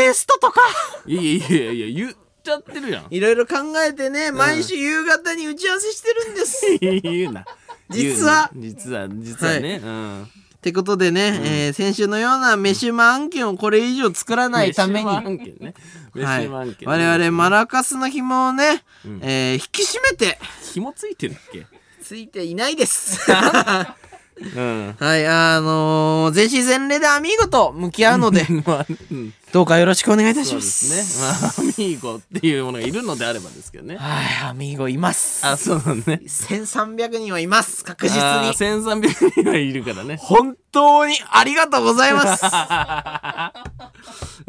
Speaker 2: ーストとか、
Speaker 1: いやいやいやいや、言っちゃってるやん。
Speaker 2: いろいろ考えてね、毎週夕方に打ち合わせしてる んです。
Speaker 1: 言うな。
Speaker 2: 実は
Speaker 1: 言うな実は、実はね。うん。
Speaker 2: ってことでね、えー先週のような飯馬案件をこれ以上作らないために、
Speaker 1: 飯
Speaker 2: は
Speaker 1: 島案件ね。
Speaker 2: い、
Speaker 1: 飯島案件。
Speaker 2: 我々、マラカスの紐をね、えー引き締めて、
Speaker 1: 紐ついてるっけ
Speaker 2: ついていないです。
Speaker 1: うん。
Speaker 2: はい、あのー全身全霊でアミーゴと向き合うので、
Speaker 1: まあ、うん。
Speaker 2: どうかよろしくお願いいたし
Speaker 1: そう
Speaker 2: ま
Speaker 1: ですすね。まあ、アミーゴっていうものがいるのであればですけどね。
Speaker 2: はいアミーゴいます
Speaker 1: あ、そうなんね。
Speaker 2: 1300人はいます確実
Speaker 1: あ
Speaker 2: に
Speaker 1: ー1300人はいるからね。
Speaker 2: 本当にありがとうございます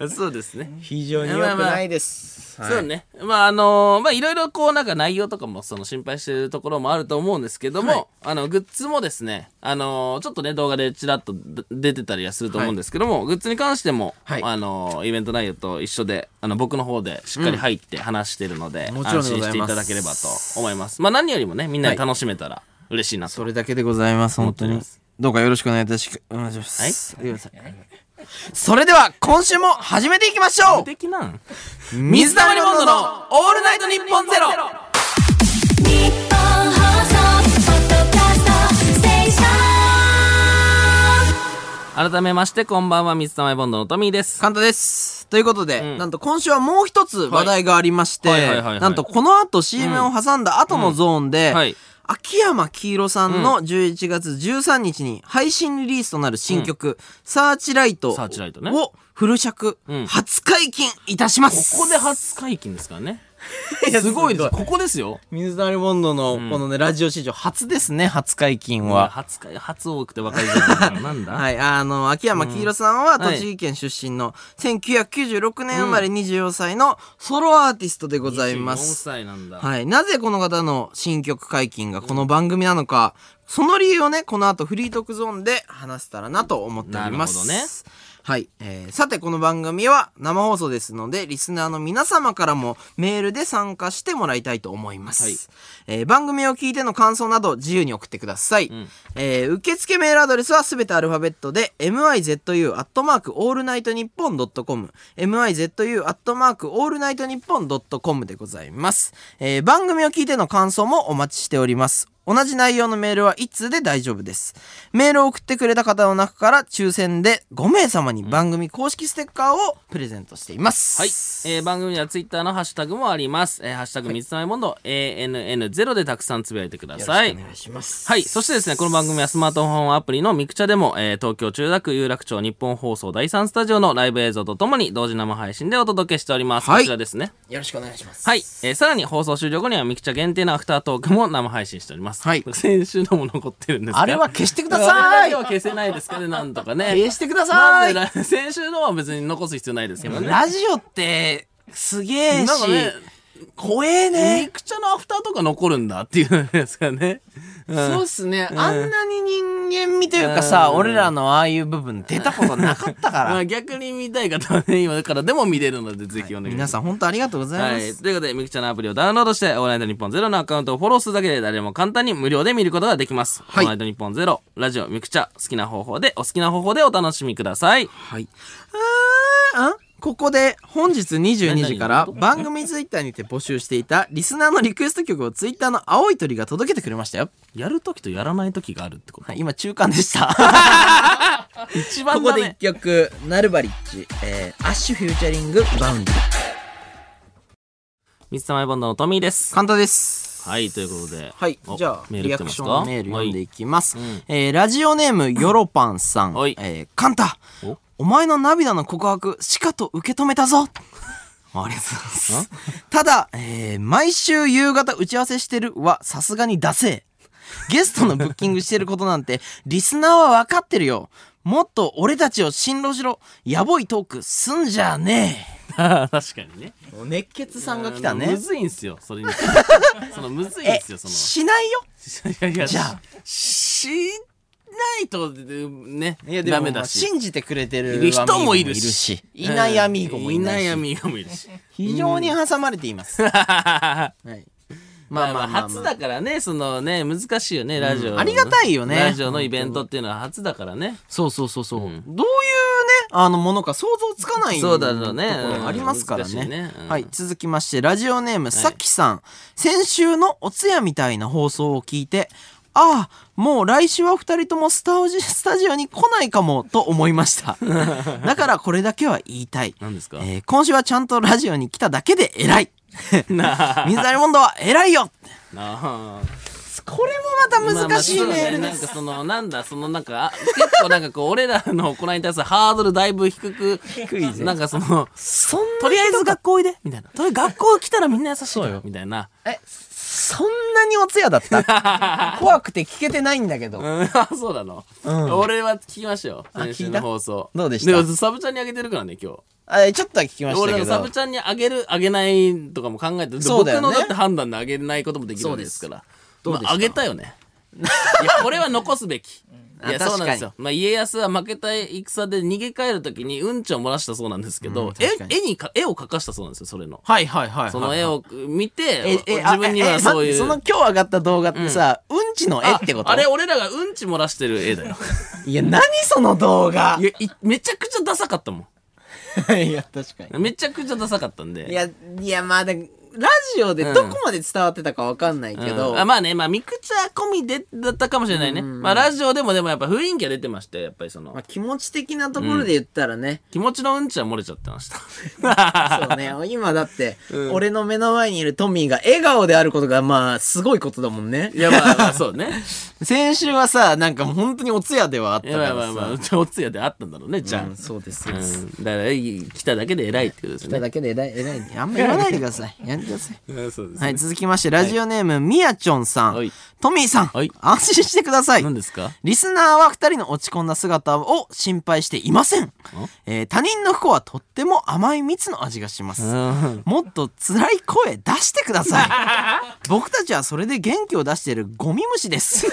Speaker 1: そうですね。
Speaker 2: 非常に良くないです、はい
Speaker 1: そうね。まあ、あのーまあ、いろいろこう、なんか内容とかも、その心配してるところもあると思うんですけども、あの、グッズもですね、あのーちょっとね、動画でちらっとで出てたりはすると思うんですけども、グッズに関しても、
Speaker 2: はい
Speaker 1: あのーイベント内容と一緒で、あの、僕の方でしっかり入って話してるので、
Speaker 2: もちろん
Speaker 1: 安
Speaker 2: でござ
Speaker 1: 心し
Speaker 2: います
Speaker 1: ていただければと思います。まあ、何よりもね、みんなで楽しめたら嬉しいなと。
Speaker 2: それだけでございます本当
Speaker 1: 思っており
Speaker 2: に
Speaker 1: ます
Speaker 2: どうかよろしくお願いいたしお願いします、
Speaker 1: は
Speaker 2: はい、それでは今週も始めていきましょ
Speaker 1: 無敵なん
Speaker 2: う水溜りボンドのオールナイトニッポンゼロ
Speaker 3: 日本放送ポッドキャストステーショ
Speaker 1: 改
Speaker 3: ン
Speaker 1: めまして、こんばんは、水溜りボンドのトミーです。
Speaker 2: 簡単ですということで、
Speaker 1: うん
Speaker 2: なんと今週はもう一つ話題がありまして、
Speaker 1: はいはいはいはいはい
Speaker 2: なんとこの後 CM を挟んだ後のゾーンで、
Speaker 1: うんはい
Speaker 2: 秋山黄色さんの11月13日に配信リリースとなる新曲、サーチライト
Speaker 1: サーチライトね
Speaker 2: をフル尺
Speaker 1: うん
Speaker 2: 初解禁いたします。
Speaker 1: ここで初解禁ですからね。
Speaker 2: いや
Speaker 1: すごいです。
Speaker 2: すご
Speaker 1: ここですよ。
Speaker 2: 水溜りボンドのこのね、ラジオ史上初ですね、初解禁
Speaker 1: いや
Speaker 2: は。
Speaker 1: 初回初多くて分かりづらいからなんだ、
Speaker 2: はい、あの、秋山黄色さんは
Speaker 1: んはい
Speaker 2: 栃木県出身の1996年生まれ24歳のソロアーティストでございます。
Speaker 1: 24歳なんだ、
Speaker 2: はい。なぜこの方の新曲解禁がこの番組なのか、その理由をね、この後フリートークゾーンで話せたらなと思っております。
Speaker 1: なるほどね
Speaker 2: はい、えーさてこの番組は生放送ですのでリスナーの皆様からもメールで参加してもらいたいと思います、
Speaker 1: はい
Speaker 2: えー番組を聞いての感想など自由に送ってください、
Speaker 1: ん
Speaker 2: えー受付メールアドレスはすべてアルファベットで mizu.allnightnippon.com mizu.allnightnippon.com でございます、えー番組を聞いての感想もお待ちしております同じ内容のメールは1通で大丈夫です。メールを送ってくれた方の中から抽選で5名様に番組公式ステッカーをプレゼントしています。
Speaker 1: はい、えー番組にはツイッターのハッシュタグもあります「えーハッシュタグ三つまいボンド ANN0」でたくさんつぶやいてください
Speaker 2: お願いします。
Speaker 1: はい。そしてですね、この番組はスマートフォンアプリのミクチャでも、えー東京中田区有楽町日本放送第3スタジオのライブ映像とともに同時生配信でお届けしております。
Speaker 2: はい
Speaker 1: こちらですね。
Speaker 2: よろしくお願いします。
Speaker 1: はい。えーさらに放送終了後にはミクチャ限定のアフタートークも生配信しております。
Speaker 2: はい
Speaker 1: 先週のも残ってるんですが
Speaker 2: あれは消してくだ
Speaker 1: あ
Speaker 2: さ
Speaker 1: れだ
Speaker 2: い
Speaker 1: けは消せないですかね、なんとかね。
Speaker 2: 消してください
Speaker 1: まず先週のは別に残す必要ないですけどね。
Speaker 2: ラジオってすげえし、
Speaker 1: なんかね、
Speaker 2: 怖えね
Speaker 1: ミ。クチャのアフターとか残るんだっていうですかね。
Speaker 2: そうっすね、あんなに人間味というかさ、
Speaker 1: うん
Speaker 2: 俺らのああいう部分出たことなかったか
Speaker 1: ま
Speaker 2: ら。
Speaker 1: あ逆に見たい方はね、今だからでも見れるので、ぜひお願いしま
Speaker 2: 皆
Speaker 1: す。
Speaker 2: さん本当ありがとうございます。
Speaker 1: はい。ということで、ミクチャのアプリをダウンロードして、オールナイトニッポンゼロのアカウントをフォローするだけで誰でも簡単に無料で見ることができます。
Speaker 2: はい
Speaker 1: オールナイトニッポンゼロ、ラジオ、ミクチャ、好きな方法で、お好きな方法でお楽しみください。
Speaker 2: はい。あーんここで本日22時から
Speaker 1: 何何
Speaker 2: 番組ツイッターにて募集していたリスナーのリクエスト曲をツイッターの青い鳥が届けてくれましたよ。
Speaker 1: やるときとやらないときがあるってこと、
Speaker 2: はい、今中間でした。
Speaker 1: 一
Speaker 2: こ
Speaker 1: 番
Speaker 2: こ
Speaker 1: だ
Speaker 2: で
Speaker 1: ね
Speaker 2: 一曲、ナルバリッジ、えー、アッシュフューチャリング、バウンディ。
Speaker 1: 水溜りボンドのトミーです。
Speaker 2: 簡単です。
Speaker 1: はい、ということで。
Speaker 2: はい
Speaker 1: お、
Speaker 2: じゃあ、
Speaker 1: メー
Speaker 2: リ
Speaker 1: ル来
Speaker 2: ア
Speaker 1: て
Speaker 2: ク
Speaker 1: ま
Speaker 2: シ
Speaker 1: す
Speaker 2: ョ
Speaker 1: か
Speaker 2: ンのメール読んでいきます。
Speaker 1: はいうん
Speaker 2: えーラジオネーム、ヨロパンさん。
Speaker 1: はい
Speaker 2: えーカンタ
Speaker 1: お、
Speaker 2: お前の涙の告白、しかと受け止めたぞ。ありがとうございます。 ただ、えー毎週夕方打ち合わせしてるは、さすがにダセえ。ゲストのブッキングしてることなんて、リスナーはわかってるよ。もっと俺たちを進路しろ。やぼいトークすんじゃねえ。
Speaker 1: 確かにね。
Speaker 2: 熱血さんが来た
Speaker 1: あの
Speaker 2: ね
Speaker 1: む。ずいんすよ、そ れに。そのむずいん
Speaker 2: え
Speaker 1: すよ、、その。
Speaker 2: しないよ。
Speaker 1: いやいや
Speaker 2: じゃあ
Speaker 1: し、しないと、ね、
Speaker 2: いやでも
Speaker 1: ダメだし。
Speaker 2: 信じてくれて
Speaker 1: い
Speaker 2: る
Speaker 1: る人もいるし。
Speaker 2: いないアミーゴもい
Speaker 1: な
Speaker 2: ないい
Speaker 1: ア
Speaker 2: し
Speaker 1: ミーゴもいるし。
Speaker 2: 非常に挟まれてい ます、はい、
Speaker 1: まあまあ、初だからね、そのね、難しいよね、ラジオの。
Speaker 2: ありがたいよね
Speaker 1: ラジオのイベントっていうのは初だからね。
Speaker 2: そうそうそうそう、
Speaker 1: うん
Speaker 2: どういうねあのものか想像つかない
Speaker 1: そうだろうね
Speaker 2: ところありますから
Speaker 1: うん難し
Speaker 2: ね
Speaker 1: いねうん
Speaker 2: はい続きましてラジオネームさきさん、先週のお通夜みたいな放送を聞いてああもう来週は二人ともスタオジスタジオに来ないかもと思いました だからこれだけは言いたい
Speaker 1: 何ですか
Speaker 2: えー今週はちゃんとラジオに来ただけで 偉い水溜りボンドは偉いよ
Speaker 1: ああ。
Speaker 2: これもまた難難しいメール
Speaker 1: まあまあそうだね
Speaker 2: で
Speaker 1: なん
Speaker 2: す
Speaker 1: かそのなんだそのなんかあ結構なんかこう俺らの行いに対するハードルだいぶ低く
Speaker 4: 低いぜ
Speaker 1: なんかその
Speaker 4: そんな
Speaker 1: とりあえず学校おいでみたいなとりあえず学校来たらみんな優しい
Speaker 4: そう
Speaker 1: から
Speaker 4: よ
Speaker 1: みたいな
Speaker 2: え
Speaker 4: そんなにお通夜だった
Speaker 2: 怖くて聞けてないんだけど、
Speaker 1: うん あそうなの、
Speaker 4: うん
Speaker 1: 俺は聞きましたよ
Speaker 4: あ
Speaker 1: 先週
Speaker 4: 聞いた
Speaker 1: の放送
Speaker 4: どうでした
Speaker 1: もサブちゃんにあげてるからね今日
Speaker 2: あちょっとは聞きました
Speaker 1: 俺
Speaker 2: け
Speaker 1: のサ
Speaker 2: ど
Speaker 1: ブちゃんにあげるあげないとかも考えて、で
Speaker 2: そう
Speaker 1: 僕
Speaker 2: だよね
Speaker 1: のだって判断であげないこともできるわけですから
Speaker 2: そうです
Speaker 1: まあ、あげたよねいやこれは残すべき
Speaker 2: うん
Speaker 1: いや
Speaker 2: あ
Speaker 1: そうなんですよ、まあ、家康は負けた戦で逃げ帰る時にうんちを漏らしたそうなんですけど、
Speaker 2: うん確かに
Speaker 1: 絵絵にか絵を描かしたそうなんですよそれの
Speaker 2: はいはいはいはい
Speaker 1: その絵を見て
Speaker 2: ええ
Speaker 1: 自分に
Speaker 2: あえ
Speaker 1: は
Speaker 2: え
Speaker 1: そういう
Speaker 2: 待ってその今日上がった動画ってさ、うん、ちの絵ってこと
Speaker 1: ああれ俺らがうんち漏らしてる絵だよ
Speaker 2: いや何その動画
Speaker 1: いやいめちゃくちゃダサかったも
Speaker 2: いや確か
Speaker 1: んめちゃくちゃダサかったんで
Speaker 2: いやいやまあでラジオでどこまで伝わってたかわかんないけど、
Speaker 1: うんあまあねまあミクチャ込みでだったかもしれないね、まあラジオでもでもやっぱ雰囲気が出てましてやっぱりその、
Speaker 2: まあ、気持ち的なところで言ったらね、
Speaker 1: 気持ちのうんちは漏れちゃってました
Speaker 2: そうね、今だって、俺の目の前にいるトミーが笑顔であることが、まあ、すごいことだもんね
Speaker 1: い。やまあまあそう ね
Speaker 2: 先週はさ、なんかもう本当にお通夜ではあった
Speaker 1: い
Speaker 2: か
Speaker 1: やまあま
Speaker 2: ら
Speaker 1: あまあ
Speaker 2: さ。
Speaker 1: うちお通夜であったんだろうねじゃあ、う
Speaker 2: うんん、そうです。そうです
Speaker 1: だから来ただけで偉いってことです
Speaker 2: た
Speaker 1: ね
Speaker 2: だけで偉い、偉いね。あんま言わないでください。やめてください。
Speaker 1: うんそうですね
Speaker 2: はい、続きまして、ラジオネーム、みやちょんさ
Speaker 1: は
Speaker 2: ん
Speaker 1: い。
Speaker 2: トミーさん
Speaker 1: はい。
Speaker 2: 安心してください。
Speaker 1: 何ですか
Speaker 2: リスナーは二人の落ち込んだ姿を心配していません。えー他人の不幸はとっても甘い蜜の味がします。
Speaker 1: うん
Speaker 2: もっと辛い声出してください。僕たちはそれで元気を出しているゴミ 虫です。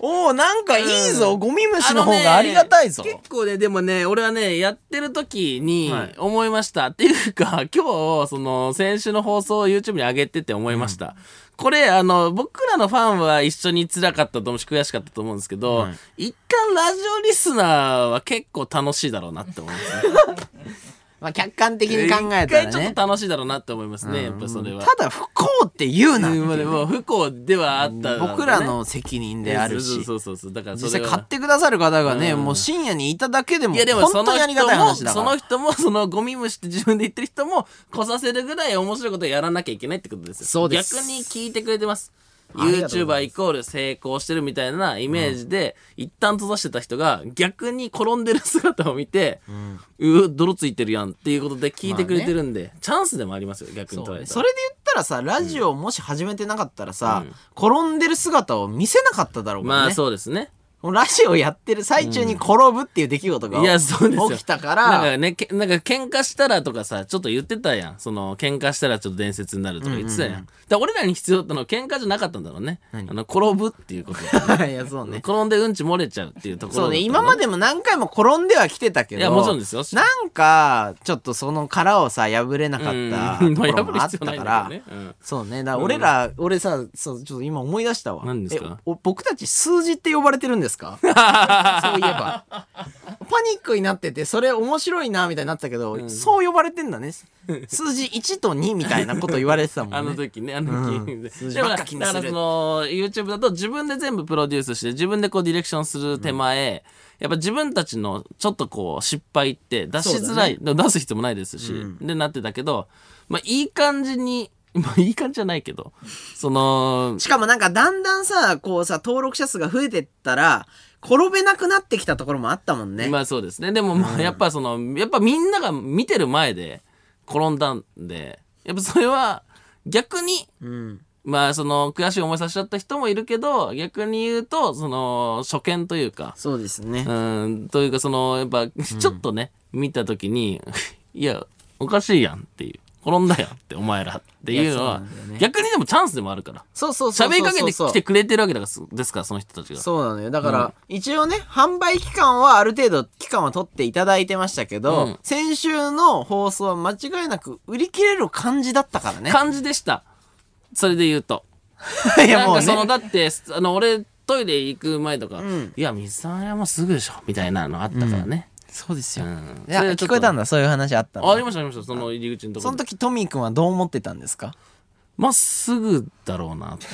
Speaker 2: おお、なんかいいぞ、ゴミ虫の方がありがたいぞ
Speaker 1: あ。のね結構ねでもね俺はねやってる時に
Speaker 2: はい
Speaker 1: 思いました、っていうか 今日その先週の放送を YouTube に上げてて思いました、これあの僕らのファンは一緒に辛かったと思うし悔しかったと思うんですけど、一旦ラジオリスナーは結構楽しいだろうなって思います ね
Speaker 2: まあ、客観的に考えたら
Speaker 1: 一回ちょっ
Speaker 2: ね。
Speaker 1: と楽しいだろうなって思いますね、やっぱそれは。
Speaker 2: ただ不幸って言うな。
Speaker 1: うんまあ でも不幸ではあった、
Speaker 2: 僕らの責任である
Speaker 1: そう
Speaker 2: し。
Speaker 1: そうそうそうだからそ
Speaker 2: 実
Speaker 1: れは
Speaker 2: 際買ってくださる方がね、
Speaker 1: うん
Speaker 2: もう深夜にいただけでも、
Speaker 1: いやでもそ
Speaker 2: 本
Speaker 1: の
Speaker 2: 当にありがたい
Speaker 1: 人も
Speaker 2: 話だか
Speaker 1: そ
Speaker 2: ら
Speaker 1: の。人もそのゴミ虫って自分で言ってる人も来させるぐらい面白いことをやらなきゃいけないってことですよ
Speaker 2: そうです
Speaker 1: 逆に聞いてくれてます
Speaker 2: ありがとうござ
Speaker 1: YouTuber イコール成功してるみたいなイメージで、一旦閉ざしてた人が逆に転んでる姿を見て、うう泥ついてるやんっていうことで聞いてくれてるんで、チャンスでもありますよ逆に捉えたら
Speaker 2: それで言ったらさ、ラジオもし始めてなかったらさ、転んでる姿を見せなかっただろうからね。
Speaker 1: まあそうですね
Speaker 2: ラジオやってる最中に転ぶっていう出来事が
Speaker 1: いや、そうですよ。
Speaker 2: 起きたか
Speaker 1: なん
Speaker 2: ら
Speaker 1: か、ね、けなんか喧嘩したらとかさ、ちょっと言ってたやん。その、喧嘩したらちょっと伝説になるとか言ってたやん。だから俺らに必要だったのは喧嘩じゃなかったんだろうね。あの、転ぶっていうこと。
Speaker 2: いや、そうね。
Speaker 1: 転んでうんち漏れちゃうっていうところだっ
Speaker 2: そ
Speaker 1: たの
Speaker 2: う
Speaker 1: ね、
Speaker 2: ね、今までも何回も転んでは来てたけど。
Speaker 1: いやもちろんですよ
Speaker 2: なんか、ちょっとその殻をさ、破れなかった
Speaker 1: うん
Speaker 2: ところ
Speaker 1: ま
Speaker 2: も
Speaker 1: あ破る
Speaker 2: あっ
Speaker 1: 必要
Speaker 2: たか
Speaker 1: ないんだ
Speaker 2: ら
Speaker 1: けどねうん。
Speaker 2: そうね。だから俺ら、俺さ、そう、ちょっと今思い出したわ。
Speaker 1: 何ですか
Speaker 2: えお僕たち数字って呼ばれてるんで すかそういえば。パニックになってて、それ面白いな、みたいになってたけど、そう呼ばれてんだね。数字1と2みたいなこと言われてたもんね。
Speaker 1: あの時ね、あの時。
Speaker 2: うん
Speaker 1: で
Speaker 2: 数字
Speaker 1: でも
Speaker 2: ばっか
Speaker 1: だ
Speaker 2: 気
Speaker 1: か
Speaker 2: にす
Speaker 1: ら
Speaker 2: る
Speaker 1: その、YouTube だと自分で全部プロデュースして、自分でこうディレクションする手前、やっぱ自分たちのちょっとこう失敗って出しづらい、でも出す必要もないですし、でなってたけど、まあいい感じに、 まあいい感じじゃないけど、その、
Speaker 2: しかもなんかだんだんさ、こうさ、登録者数が増えてったら、転べなくなってきたところもあったもんね。
Speaker 1: まあそうですね。でもまあやっぱその、やっぱみんなが見てる前で転んだんで、やっぱそれは逆に、
Speaker 2: うん。
Speaker 1: まあその悔しい思いさせちゃった人もいるけど、逆に言うと、その初見というか、
Speaker 2: そうですね。
Speaker 1: うん、というかその、やっぱちょっとね、見た時に、 いや、おかしいやんっていう。転んだよってお前らっていうの
Speaker 2: いや
Speaker 1: は
Speaker 2: そうなんだよね
Speaker 1: 逆にでもチャンスでもあるから
Speaker 2: そうそうそうそう
Speaker 1: 喋
Speaker 2: そう。
Speaker 1: りかけてきてくれてるわけだからですからその人たちが
Speaker 2: そうなのよ。だから、一応ね、販売期間はある程度期間は取っていただいてましたけど、
Speaker 1: うん
Speaker 2: 先週の放送は間違いなく売り切れる感じだったからね。
Speaker 1: 感じでしたそれで言うと
Speaker 2: いや
Speaker 1: なん
Speaker 2: もう
Speaker 1: かその、
Speaker 2: ね。
Speaker 1: だって、すあの、俺、トイレ行く前とか、
Speaker 2: ん
Speaker 1: いや、水沢山すぐでしょ、みたいなのあったからね。
Speaker 2: そうです
Speaker 1: う
Speaker 2: よ。
Speaker 1: ん。
Speaker 2: いや、聞こえたんだ、そういう話あった
Speaker 1: ああり
Speaker 2: の。
Speaker 1: ました、ありました、その入り口のとこ
Speaker 2: そ
Speaker 1: ろ
Speaker 2: の
Speaker 1: で。
Speaker 2: 時、トミーくんはどう思ってたんですか
Speaker 1: まっすぐだろうなって。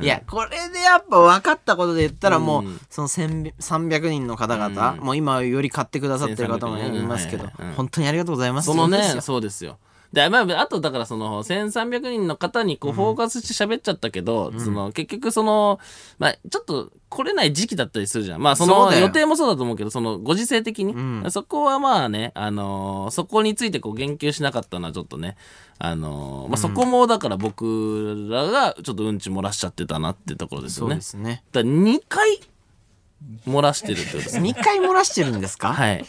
Speaker 2: いや、これでやっぱ分かったことで言ったらもう、その1000 300人の方々、もう今より買ってくださってる方もいますけど、
Speaker 1: 1300ねうん
Speaker 2: 本当にありがとうございます。
Speaker 1: その
Speaker 2: そう
Speaker 1: ね、
Speaker 2: ですよ
Speaker 1: そうですよ。で、まあ、あとだからその、1300人の方にこう、フォーカスして喋っちゃったけど、その、結局その、まあ、ちょっと来れない時期だったりするじゃん。まあ、そ
Speaker 2: そう
Speaker 1: の、
Speaker 2: だよ
Speaker 1: 予定もそうだと思うけど、その、ご時世的に。そこはまあね、あのーそこについてこう、言及しなかったのはちょっとね、あのーまあ、そこもだから僕らがちょっとうんち漏らしちゃってたなってところですよ
Speaker 2: そう
Speaker 1: ね
Speaker 2: で。すね。
Speaker 1: だ2回漏らしてるってことですね。
Speaker 2: 2回漏らしてるんですか、
Speaker 1: はい。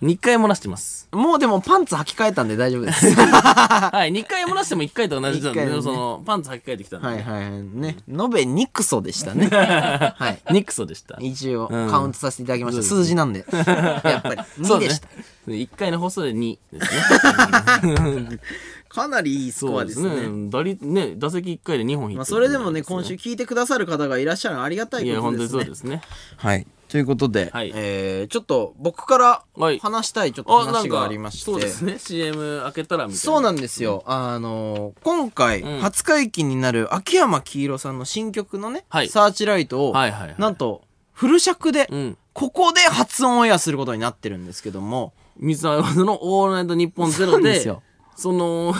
Speaker 1: 2回漏らしてます。
Speaker 2: もうでもパンツ履き替えたんで大丈夫 です。
Speaker 1: はい。2回漏らしても1回と同じなんで、
Speaker 2: 一回ね
Speaker 1: その、パンツ履き替えてきたんで。
Speaker 2: はいはいはい。ね。延べニクソでし たね。はい。
Speaker 1: ニクソでした。
Speaker 2: 一応、
Speaker 1: うん
Speaker 2: カウントさせていただきました。
Speaker 1: そうですね
Speaker 2: 数字なんで。やっぱり、2でした。
Speaker 1: そうね。1回の放送で2ですね。
Speaker 2: かなりいいスコアですね。
Speaker 1: うん打率ね、打席1回で2本ヒット、
Speaker 2: まあ、それでもね、今週。聞いてくださる方がいらっしゃるのはありがたい
Speaker 1: いや、
Speaker 2: こと
Speaker 1: 本
Speaker 2: で
Speaker 1: 当
Speaker 2: す
Speaker 1: に
Speaker 2: ね。
Speaker 1: そうですね。
Speaker 2: はい。ということで、
Speaker 1: はい
Speaker 2: えーちょっと僕から
Speaker 1: はい
Speaker 2: 話したいちょっと
Speaker 1: あ、なん
Speaker 2: 話
Speaker 1: か、
Speaker 2: がありまして。
Speaker 1: そうですね。CM 開けたらみたいな。
Speaker 2: そうなんですよ。あのー今回、
Speaker 1: うん
Speaker 2: 初解禁になる秋山黄色さんの新曲のね、
Speaker 1: はい
Speaker 2: サーチライトを、
Speaker 1: はいはいはい
Speaker 2: なんと、フル尺で、
Speaker 1: うん。
Speaker 2: ここで発音オンエアすることになってるんですけども、
Speaker 1: 水沢ののオールナイトニッポンゼロ
Speaker 2: そうな
Speaker 1: で、
Speaker 2: んで
Speaker 1: そ
Speaker 2: すよ
Speaker 1: の、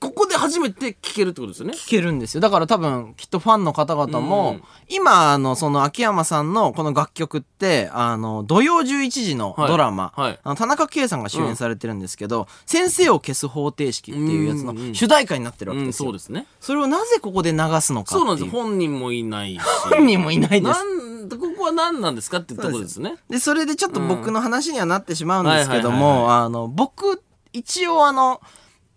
Speaker 1: ここで初めて聞けるってことですよね。
Speaker 2: 聞けるんですよ。だから多分、きっとファンの方々も、
Speaker 1: うん
Speaker 2: 今、あの、その秋山さんのこの楽曲って、あの、土曜11時の
Speaker 1: はい
Speaker 2: ドラマ、
Speaker 1: はい
Speaker 2: あの田中圭さんが主演されてるんですけど、先生を消す方程式っていうやつの
Speaker 1: うんうん
Speaker 2: 主題歌になってるわ
Speaker 1: う
Speaker 2: けで
Speaker 1: ん、
Speaker 2: すよ。
Speaker 1: そうですね。
Speaker 2: それをなぜここで流すのか
Speaker 1: そう
Speaker 2: っ
Speaker 1: なん
Speaker 2: て
Speaker 1: で
Speaker 2: い
Speaker 1: す。
Speaker 2: う。
Speaker 1: 本人もいないし。
Speaker 2: 本人もいないです。
Speaker 1: なんここは何なんですかっていうところですね。
Speaker 2: で、それでちょっと僕の話にはなってしまうんですけど
Speaker 1: うんはいはい
Speaker 2: も、あの、僕、一応あの、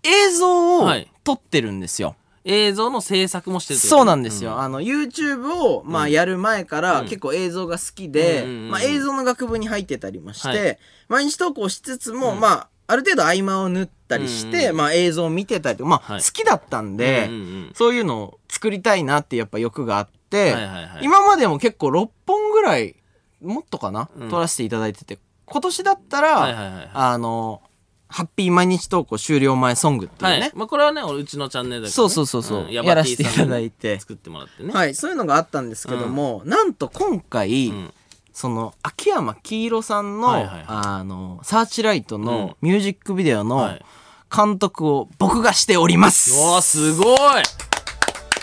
Speaker 2: 映像を
Speaker 1: はい
Speaker 2: 撮ってるんですよ。
Speaker 1: 映像の制作もしてるってこと
Speaker 2: そうなんですよ。。あの、YouTube を、まあ、やる前から、
Speaker 1: うん
Speaker 2: 結構映像が好きで、
Speaker 1: うんうんうん
Speaker 2: まあ、映像の学部に入ってたりもして、
Speaker 1: はい
Speaker 2: 毎日投稿しつつも、まあ、ある程度合間を縫ったりして、
Speaker 1: うんうん
Speaker 2: まあ、映像を見てたりとか、まあ、
Speaker 1: はい
Speaker 2: 好きだったんで、
Speaker 1: うんうんうん
Speaker 2: そういうのを作りたいなって、やっぱ欲があって、
Speaker 1: はいはいはい
Speaker 2: 今までも結構6本ぐらい、もっとかな、
Speaker 1: うん
Speaker 2: 撮らせていただいてて、今年だったら、
Speaker 1: はいはいはいはい
Speaker 2: あの、ハッピー毎日投稿終了前ソングってい
Speaker 1: は
Speaker 2: うね、
Speaker 1: い。まあこれはね、俺うちのチャンネルだけどね
Speaker 2: そうそうそうそう
Speaker 1: うんヤ
Speaker 2: や
Speaker 1: バ
Speaker 2: ら
Speaker 1: ティ
Speaker 2: せ
Speaker 1: さ
Speaker 2: て
Speaker 1: ん
Speaker 2: い
Speaker 1: に
Speaker 2: ただいて
Speaker 1: 作ってもらってね。
Speaker 2: はい、そういうのがあったんですけども、なんと今回、
Speaker 1: ん
Speaker 2: その秋山黄色さんの、
Speaker 1: はいはいはい
Speaker 2: あの、サーチライトのミュージックビデオ
Speaker 1: は
Speaker 2: の
Speaker 1: い
Speaker 2: 監督を僕がしております。
Speaker 1: うわ、すごい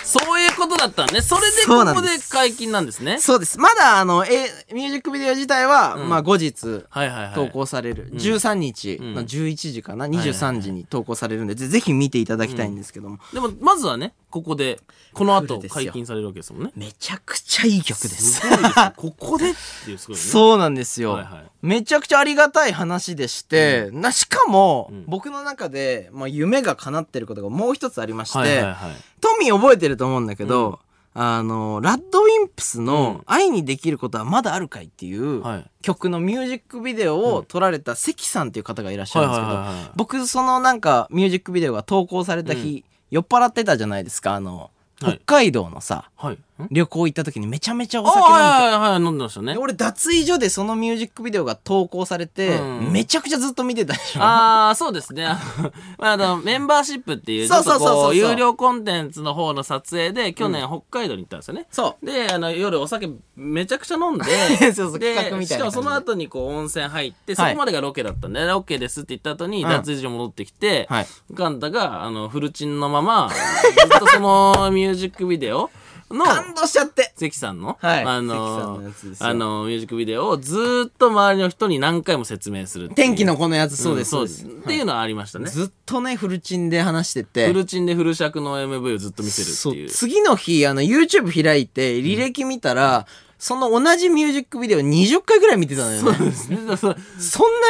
Speaker 1: そういうことだったんね。それで
Speaker 2: そう
Speaker 1: こ
Speaker 2: なん
Speaker 1: こ
Speaker 2: で
Speaker 1: です解禁なんですね。
Speaker 2: そうです。まだあの、え、ミュージックビデオ自体は、
Speaker 1: うん
Speaker 2: まあ後日、
Speaker 1: はいはいはい。
Speaker 2: 投稿される、13日
Speaker 1: う
Speaker 2: の
Speaker 1: ん
Speaker 2: 11時かな、
Speaker 1: はいはい
Speaker 2: 23時に投稿されるんで、ぜぜひ見ていただきたいんですけども、
Speaker 1: でも、まずはね、ここで、この
Speaker 2: フル
Speaker 1: 後
Speaker 2: ですよ
Speaker 1: 解禁されるわけですもんね。
Speaker 2: めちゃくちゃいい曲です。
Speaker 1: ごいですねここでっていうすごいよね。
Speaker 2: そうなんですよ、
Speaker 1: はいはい
Speaker 2: めちゃくちゃありがたい話でして、なしかも、
Speaker 1: うん
Speaker 2: 僕の中で、まあ、夢が叶ってることがもう一つありまして、
Speaker 1: はいはいはい。
Speaker 2: トミー覚えてると思うんだけど、あのラッドウィンプスの
Speaker 1: うん
Speaker 2: 「愛にできることはまだあるかい」っていう
Speaker 1: はい
Speaker 2: 曲のミュージックビデオを撮られた関さんっていう方がいらっしゃるんですけ
Speaker 1: はいはいはいはい
Speaker 2: ど僕そのなんかミュージックビデオが投稿された日、酔っ払ってたじゃないですかあの
Speaker 1: は
Speaker 2: 北
Speaker 1: い
Speaker 2: 海道のさ、
Speaker 1: はい。ん
Speaker 2: 旅行行った時にめちゃめちゃお
Speaker 1: あ
Speaker 2: 酒飲んで
Speaker 1: はいはいはい、飲んでましたね
Speaker 2: で。俺脱衣所でそのミュージックビデオが投稿されて、
Speaker 1: うん
Speaker 2: めちゃくちゃずっと見てたでしょ
Speaker 1: ああ、そうですね。 あのまあ、あの、メンバーシップっていう、ちょっ
Speaker 2: そう
Speaker 1: と
Speaker 2: そうそう
Speaker 1: こ
Speaker 2: そう
Speaker 1: う、有料コンテンツの方の撮影で、去年北海道に行ったんですよね。
Speaker 2: そう、
Speaker 1: で、あの、夜お酒めちゃくちゃ飲んで
Speaker 2: そうそう
Speaker 1: で
Speaker 2: 企画みたいな感じで
Speaker 1: しかもその後にこう、温泉入って、そ
Speaker 2: はい
Speaker 1: こまでがロケだったんで、ロケですって言った後に、
Speaker 2: ん
Speaker 1: 脱衣所戻ってきて、
Speaker 2: はい
Speaker 1: ガンタが、あの、フルチンのま ま、ずっとそのミュージックビデオの、
Speaker 2: 感動しちゃって
Speaker 1: 関さんの、
Speaker 2: はい
Speaker 1: あ
Speaker 2: 関さん
Speaker 1: の
Speaker 2: のやつですよ
Speaker 1: あのミュージックビデオをずーっと周りの人に何回も説明するっていう
Speaker 2: 天気のこのやつそうです、
Speaker 1: そうです。っていうのはありましたね。
Speaker 2: ずっとねフルチンで話してて
Speaker 1: フルチンでフル尺の MV をずっと見せる
Speaker 2: そう
Speaker 1: っていう。
Speaker 2: 次の日あの YouTube 開いて履歴見たら、その同じミュージックビデオ20回ぐらい見てたのよね
Speaker 1: そうですね。だから
Speaker 2: そんな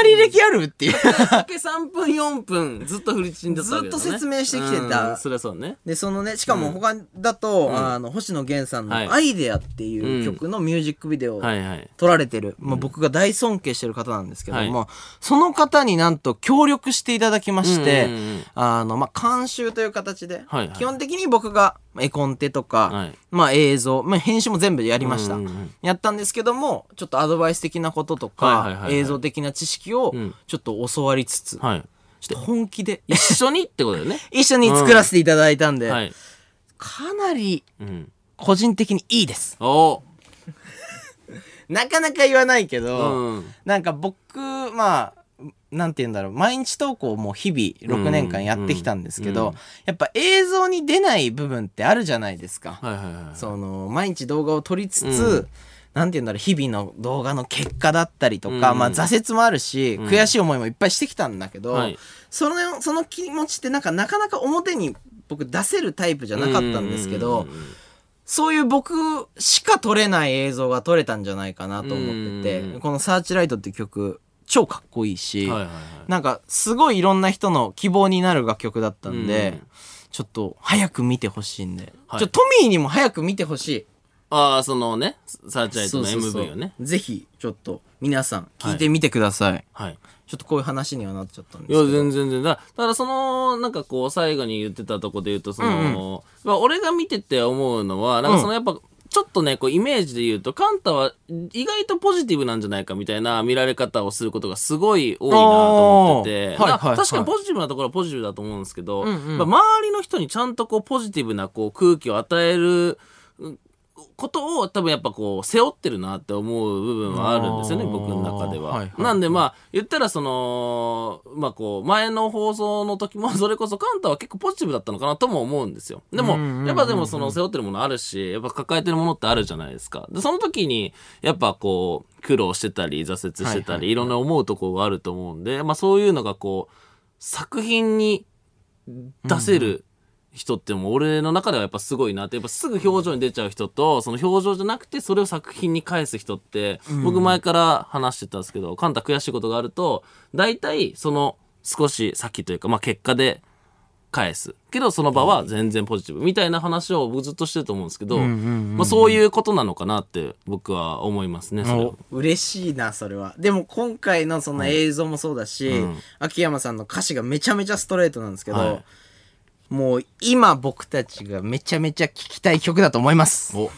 Speaker 2: 履歴あるっていう
Speaker 1: かけ3分、4分、ずっとフルチンだったわけだ、ね。
Speaker 2: ずっと説明してきてた
Speaker 1: うんそりゃそうね。
Speaker 2: でそのねしかも他だと、あの星野源さんの
Speaker 1: はい
Speaker 2: 「アイデア」っていう曲のミュージックビデオを
Speaker 1: はいはい。
Speaker 2: 撮られてる、まあ、僕が大尊敬してる方なんですけども、
Speaker 1: は
Speaker 2: その方になんと協力していただきまして、
Speaker 1: うんうんうん
Speaker 2: あの、まあ、監修という形で、
Speaker 1: はいはい
Speaker 2: 基本的に僕がまあ絵コンテとか、
Speaker 1: はい
Speaker 2: まあ、映像、まあ、編集も全部やりました、
Speaker 1: うんうんうん
Speaker 2: やったんですけども、ちょっとアドバイス的なこととか、
Speaker 1: はいはいはいはい
Speaker 2: 映像的な知識を
Speaker 1: うん
Speaker 2: ちょっと教わりつつ、
Speaker 1: はい。
Speaker 2: ちょっと本気で
Speaker 1: 一緒にってことだよね。
Speaker 2: 一緒に作らせていただいた んで、
Speaker 1: はい。
Speaker 2: かなり
Speaker 1: うん。
Speaker 2: 個人的にいいです。
Speaker 1: お
Speaker 2: なかなか言わないけ
Speaker 1: ー
Speaker 2: ど、
Speaker 1: うん。
Speaker 2: なんか僕、まあ、なんて言うんだろう、毎日投稿も日々6年間やってきたんです
Speaker 1: う
Speaker 2: け
Speaker 1: んう
Speaker 2: ど
Speaker 1: ん、
Speaker 2: やっぱ映像に出ない部分ってあるじゃないですか。
Speaker 1: はいはいはい
Speaker 2: その、毎日動画を撮りつつ、
Speaker 1: うん
Speaker 2: なんて言うんだろう、日々の動画の結果だったりとか、
Speaker 1: うん
Speaker 2: まあ挫折もあるし、
Speaker 1: ん
Speaker 2: 悔しい思いもいっぱいしてきたんだけど、
Speaker 1: はい
Speaker 2: その、その気持ちってなんかなかなか表に僕出せるタイプじゃなかったんですけど、
Speaker 1: うんうんうんうん
Speaker 2: そういう僕しか撮れない映像が撮れたんじゃないかなと思って
Speaker 1: うん
Speaker 2: て、このサーチライトって曲、超かっこいいし、
Speaker 1: はいはいはい
Speaker 2: なんかすごいいろんな人の希望になる楽曲だったんで、
Speaker 1: うん
Speaker 2: ちょっと早く見てほしいんで、
Speaker 1: はい
Speaker 2: ちょトミーにも早く見てほし
Speaker 1: ああそのねサーチ
Speaker 2: い
Speaker 1: ライトの
Speaker 2: そうそうそう
Speaker 1: MV をね
Speaker 2: ぜひちょっと皆さん聞いてみてください、
Speaker 1: はい
Speaker 2: ちょっとこういう話にはなっちゃったんで
Speaker 1: い
Speaker 2: すけ
Speaker 1: や
Speaker 2: ど
Speaker 1: 全然全然だただそのなんかこう最後に言ってたとこで言うとその、
Speaker 2: うん
Speaker 1: まあ俺が見てて思うのはなんかそのやっぱ、ちょっとね、こう、イメージで言うと、カンタは意外とポジティブなんじゃないかみたいな見られ方をすることがすごい多いなと思ってて、
Speaker 2: おーはい
Speaker 1: まあ
Speaker 2: はいはい
Speaker 1: 確かにポジティブなところはポジティブだと思うんですけど、
Speaker 2: んうん
Speaker 1: まあ周りの人にちゃんとこう、ポジティブなこう空気を与えるうんことを多分やっぱこう、背負ってるなって思う部分はあるんですよね、
Speaker 2: あー
Speaker 1: 僕の中では。
Speaker 2: はいはいはい
Speaker 1: なんでまあ言ったらそのまあこう前の放送の時も それこそカンタは結構ポジティブだったのかなとも思うんですよで
Speaker 2: うんうんうんう
Speaker 1: も
Speaker 2: ん
Speaker 1: やっぱでもその背負ってるものあるしやっぱ抱えてるものってあるじゃないですかでその時にやっぱこう苦労してたり挫折して
Speaker 2: はい
Speaker 1: た
Speaker 2: はい
Speaker 1: りいろんな思うところがあると思うんでまあそういうのがこう作品に出せる人ってもう俺の中ではやっぱすごいなってやっぱすぐ表情に出ちゃう人とその表情じゃなくてそれを作品に返す人って僕前から話してたんですけどカンタ悔しいことがあると大体その少し先というかまあ結果で返すけどその場は全然ポジティブみたいな話を僕ずっとしてると思うんですけどまあそういうことなのかなって僕は思いますねそれは
Speaker 2: お嬉しいなそれはでも今回のその映像もそうだし、
Speaker 1: うん
Speaker 2: 秋山さんの歌詞がめちゃめちゃストレートなんですけど、
Speaker 1: はい
Speaker 2: もう今僕たちがめちゃめちゃ聴きたい曲だと思います
Speaker 1: お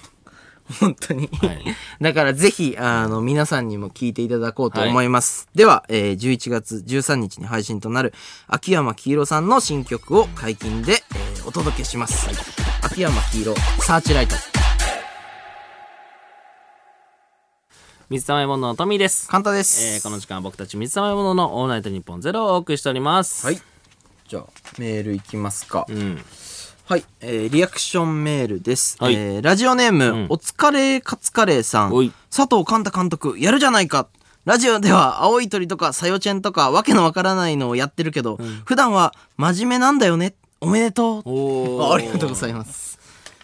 Speaker 2: 本当に、
Speaker 1: はい
Speaker 2: だからぜひあの皆さんにも聴いていただこうと思います、では、えー11月13日に配信となる秋山黄色さんの新曲を解禁で、えーお届けします秋山黄色サーチライト
Speaker 1: 水溜りボンドのトミーです
Speaker 2: 簡単で
Speaker 1: え
Speaker 2: す、
Speaker 1: ーこの時間は僕たち水溜りボンドのオールナイトニッポンゼロをお送りしております
Speaker 2: はいじゃあメールいきますか、
Speaker 1: うん
Speaker 2: はい、えーリアクションメールです。
Speaker 1: はい
Speaker 2: えーラジオネーム、
Speaker 1: ん
Speaker 2: お疲れカツカレーさん
Speaker 1: おい、
Speaker 2: 佐藤寛太監督、やるじゃないか。ラジオでは青い鳥とかサヨチェンとかわけのわからないのをやってるけど、普段は真面目なんだよね。おめでとう。
Speaker 1: お
Speaker 2: あありがとうございます。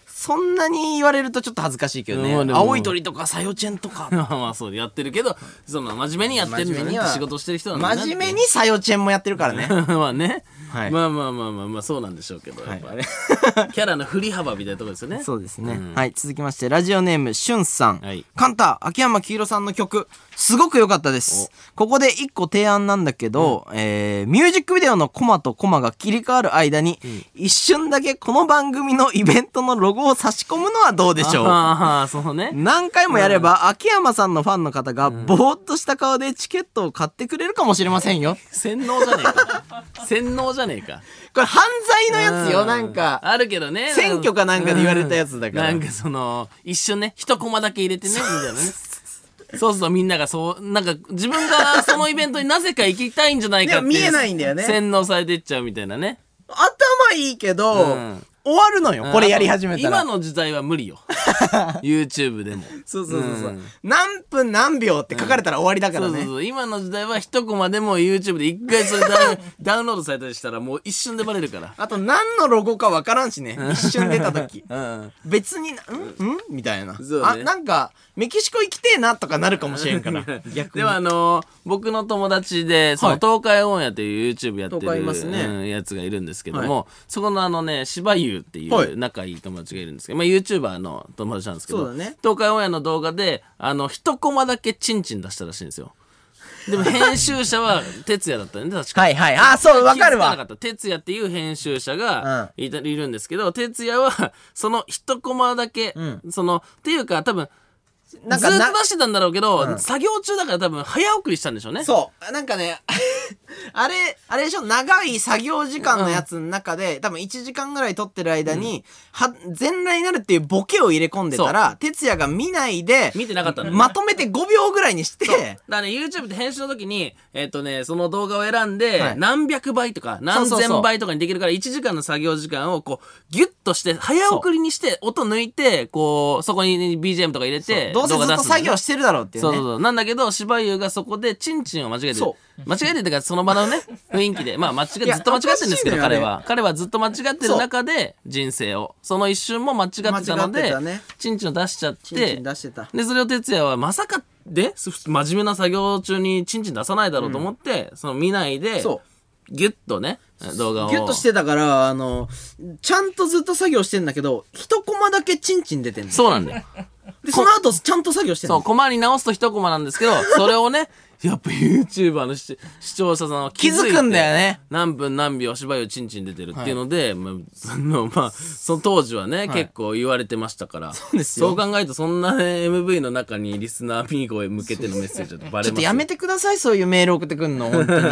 Speaker 2: そんなに言われるとちょっと恥ずかしいけどね。
Speaker 1: まあでも
Speaker 2: 青い鳥とかサヨチェンとか。
Speaker 1: まあまあそうやってるけどその真面目にやってるんだ
Speaker 2: 真面目
Speaker 1: ね
Speaker 2: には
Speaker 1: 仕事してる人なんだね
Speaker 2: 真面目にサヨチェンもやってるからね。
Speaker 1: まあね、
Speaker 2: はい
Speaker 1: まあまあまあまあまあそうなんでしょうけど、
Speaker 2: はい
Speaker 1: やっぱ キャラの振り幅みたいなところですよね
Speaker 2: そうですね、
Speaker 1: うん
Speaker 2: はい続きましてラジオネームしゅんさん、
Speaker 1: はい
Speaker 2: カンタ秋山黄色さんの曲すごく良かったですここで一個提案なんだけど、えーミュージックビデオのコマとコマが切り替わる間に、一瞬だけこの番組のイベントのロゴを差し込むのはどうでしょう
Speaker 1: ああそのね
Speaker 2: 何回もやれば、秋山さんのファンの方がぼーっとした顔でチケットを買ってくれるかもしれませ んよ
Speaker 1: 洗脳じゃねえか洗脳じゃねえか
Speaker 2: これ犯罪のやつよ
Speaker 1: う
Speaker 2: なんか
Speaker 1: あるけどね
Speaker 2: 選挙かなんかで言われたやつだから
Speaker 1: うんなんかその一瞬ね一コマだけ入れてねみたいなねそうするとみんながそうなんか自分がそのイベントになぜか行きたいんじゃないかってう
Speaker 2: いや見えないんだよね
Speaker 1: 洗脳されてっちゃうみたいなね
Speaker 2: 頭いいけど、
Speaker 1: うん
Speaker 2: 終わるのよこれやり始めたら
Speaker 1: 今の時代は無理 よ YouTube でも
Speaker 2: そうそうそうそう、何分何秒って書かれたら終わりだから
Speaker 1: そうそう
Speaker 2: ね。
Speaker 1: そう今の時代は一コマでも YouTube で一回それダ ウンダウンロードされたりしたらもう一瞬でバレるから
Speaker 2: あと何のロゴかわからんしね。一瞬出 た時。
Speaker 1: うん
Speaker 2: 別にな、んんみたいな。
Speaker 1: そうね
Speaker 2: あ、なんか、メキシコ行きてえなとかなるかもしれ んから。逆に。
Speaker 1: でもあのー僕の友達でそ
Speaker 2: は
Speaker 1: の
Speaker 2: い
Speaker 1: 東海オンエアという YouTube やって
Speaker 2: 東海います
Speaker 1: る、
Speaker 2: ね
Speaker 1: うんやつがいるんですけども、そこのあのね芝優ってい
Speaker 2: はいう
Speaker 1: 仲いい友達がいるんですけど、まあ、YouTuber の友達なんですけ
Speaker 2: そ
Speaker 1: ど、
Speaker 2: うだね
Speaker 1: 東海オンエアの動画であの一コマだけチンチン出したらしいんですよでも編集者は哲也だったよね確か
Speaker 2: はいはい。あ、そう、わかる
Speaker 1: 気づな
Speaker 2: わ。
Speaker 1: った哲也っていう編集者がいた、いるんですけど、哲也は、その一コマだけ、その、っていうか多分、
Speaker 2: なん
Speaker 1: ずっ
Speaker 2: か
Speaker 1: と
Speaker 2: な
Speaker 1: 出してたんだろうけど、
Speaker 2: うん
Speaker 1: 作業中だから多分早送りしたんでしょうね。
Speaker 2: そう。なんかね、 あれ、あれでしょ、長い作業時間のやつの中で、多分1時間ぐらい撮ってる間に、は、全裸になるっていうボケを入れ込んでたら、哲也が見ないで、
Speaker 1: 見てなかったのね
Speaker 2: まとめて5秒ぐらいにして、
Speaker 1: だからね、YouTube って編集の時に、えっ、とね、その動画を選んで、
Speaker 2: はい
Speaker 1: 何百倍とか、何
Speaker 2: そうそうそう
Speaker 1: 千倍とかにできるから、1時間の作業時間をこう、ギュッとして、早送りにして、音抜いて、こう、そこに BGM とか入れて、
Speaker 2: どうせず
Speaker 1: 動
Speaker 2: っ
Speaker 1: 画出
Speaker 2: と
Speaker 1: すんだ
Speaker 2: 作
Speaker 1: よね
Speaker 2: 業してるだろうっていう
Speaker 1: そう
Speaker 2: ね。
Speaker 1: そうそう。なんだけど、芝生がそこで、チンチンを間違えてる
Speaker 2: そ。
Speaker 1: 間違えてるってか、その場 のね、雰囲気で。まあ、間違え、
Speaker 2: いや
Speaker 1: ずっと間違ってるんですけど、
Speaker 2: おかしい
Speaker 1: 彼
Speaker 2: のよね
Speaker 1: は。彼はずっと間違ってる中で、人生を。その一瞬も間違ってたの
Speaker 2: 間違って
Speaker 1: で
Speaker 2: たね、
Speaker 1: チンチンを出しちゃっ
Speaker 2: チンチ
Speaker 1: て
Speaker 2: ン、出してた。
Speaker 1: で、それを哲也はまさかで、す真面目な作業中にチンチン出さないだろうと思って、その見ないで
Speaker 2: そ、
Speaker 1: ギュッとね、動画を。
Speaker 2: ギュッとしてたから、あの、ちゃんとずっと作業してんだけど、一コマだけチンチン出てんの。
Speaker 1: そうなんだよ。
Speaker 2: で、その後ちゃんと作業してん
Speaker 1: そう、
Speaker 2: の。
Speaker 1: コマに直すと一コマなんですけど、それをね、やっぱ YouTuber の視視聴者さんは気づいて
Speaker 2: 気づくんだよね。
Speaker 1: 何分何秒芝居をチンチン出てるっていうので、まあ、その、まあ、その当時はね、結構言われてましたから。そう
Speaker 2: ですよ
Speaker 1: 考えると、そんな、ね、MV の中にリスナーミーゴへ向けてのメッセージだとバレます
Speaker 2: ちょっとやめてください、そういうメール送ってくんの、本当 に。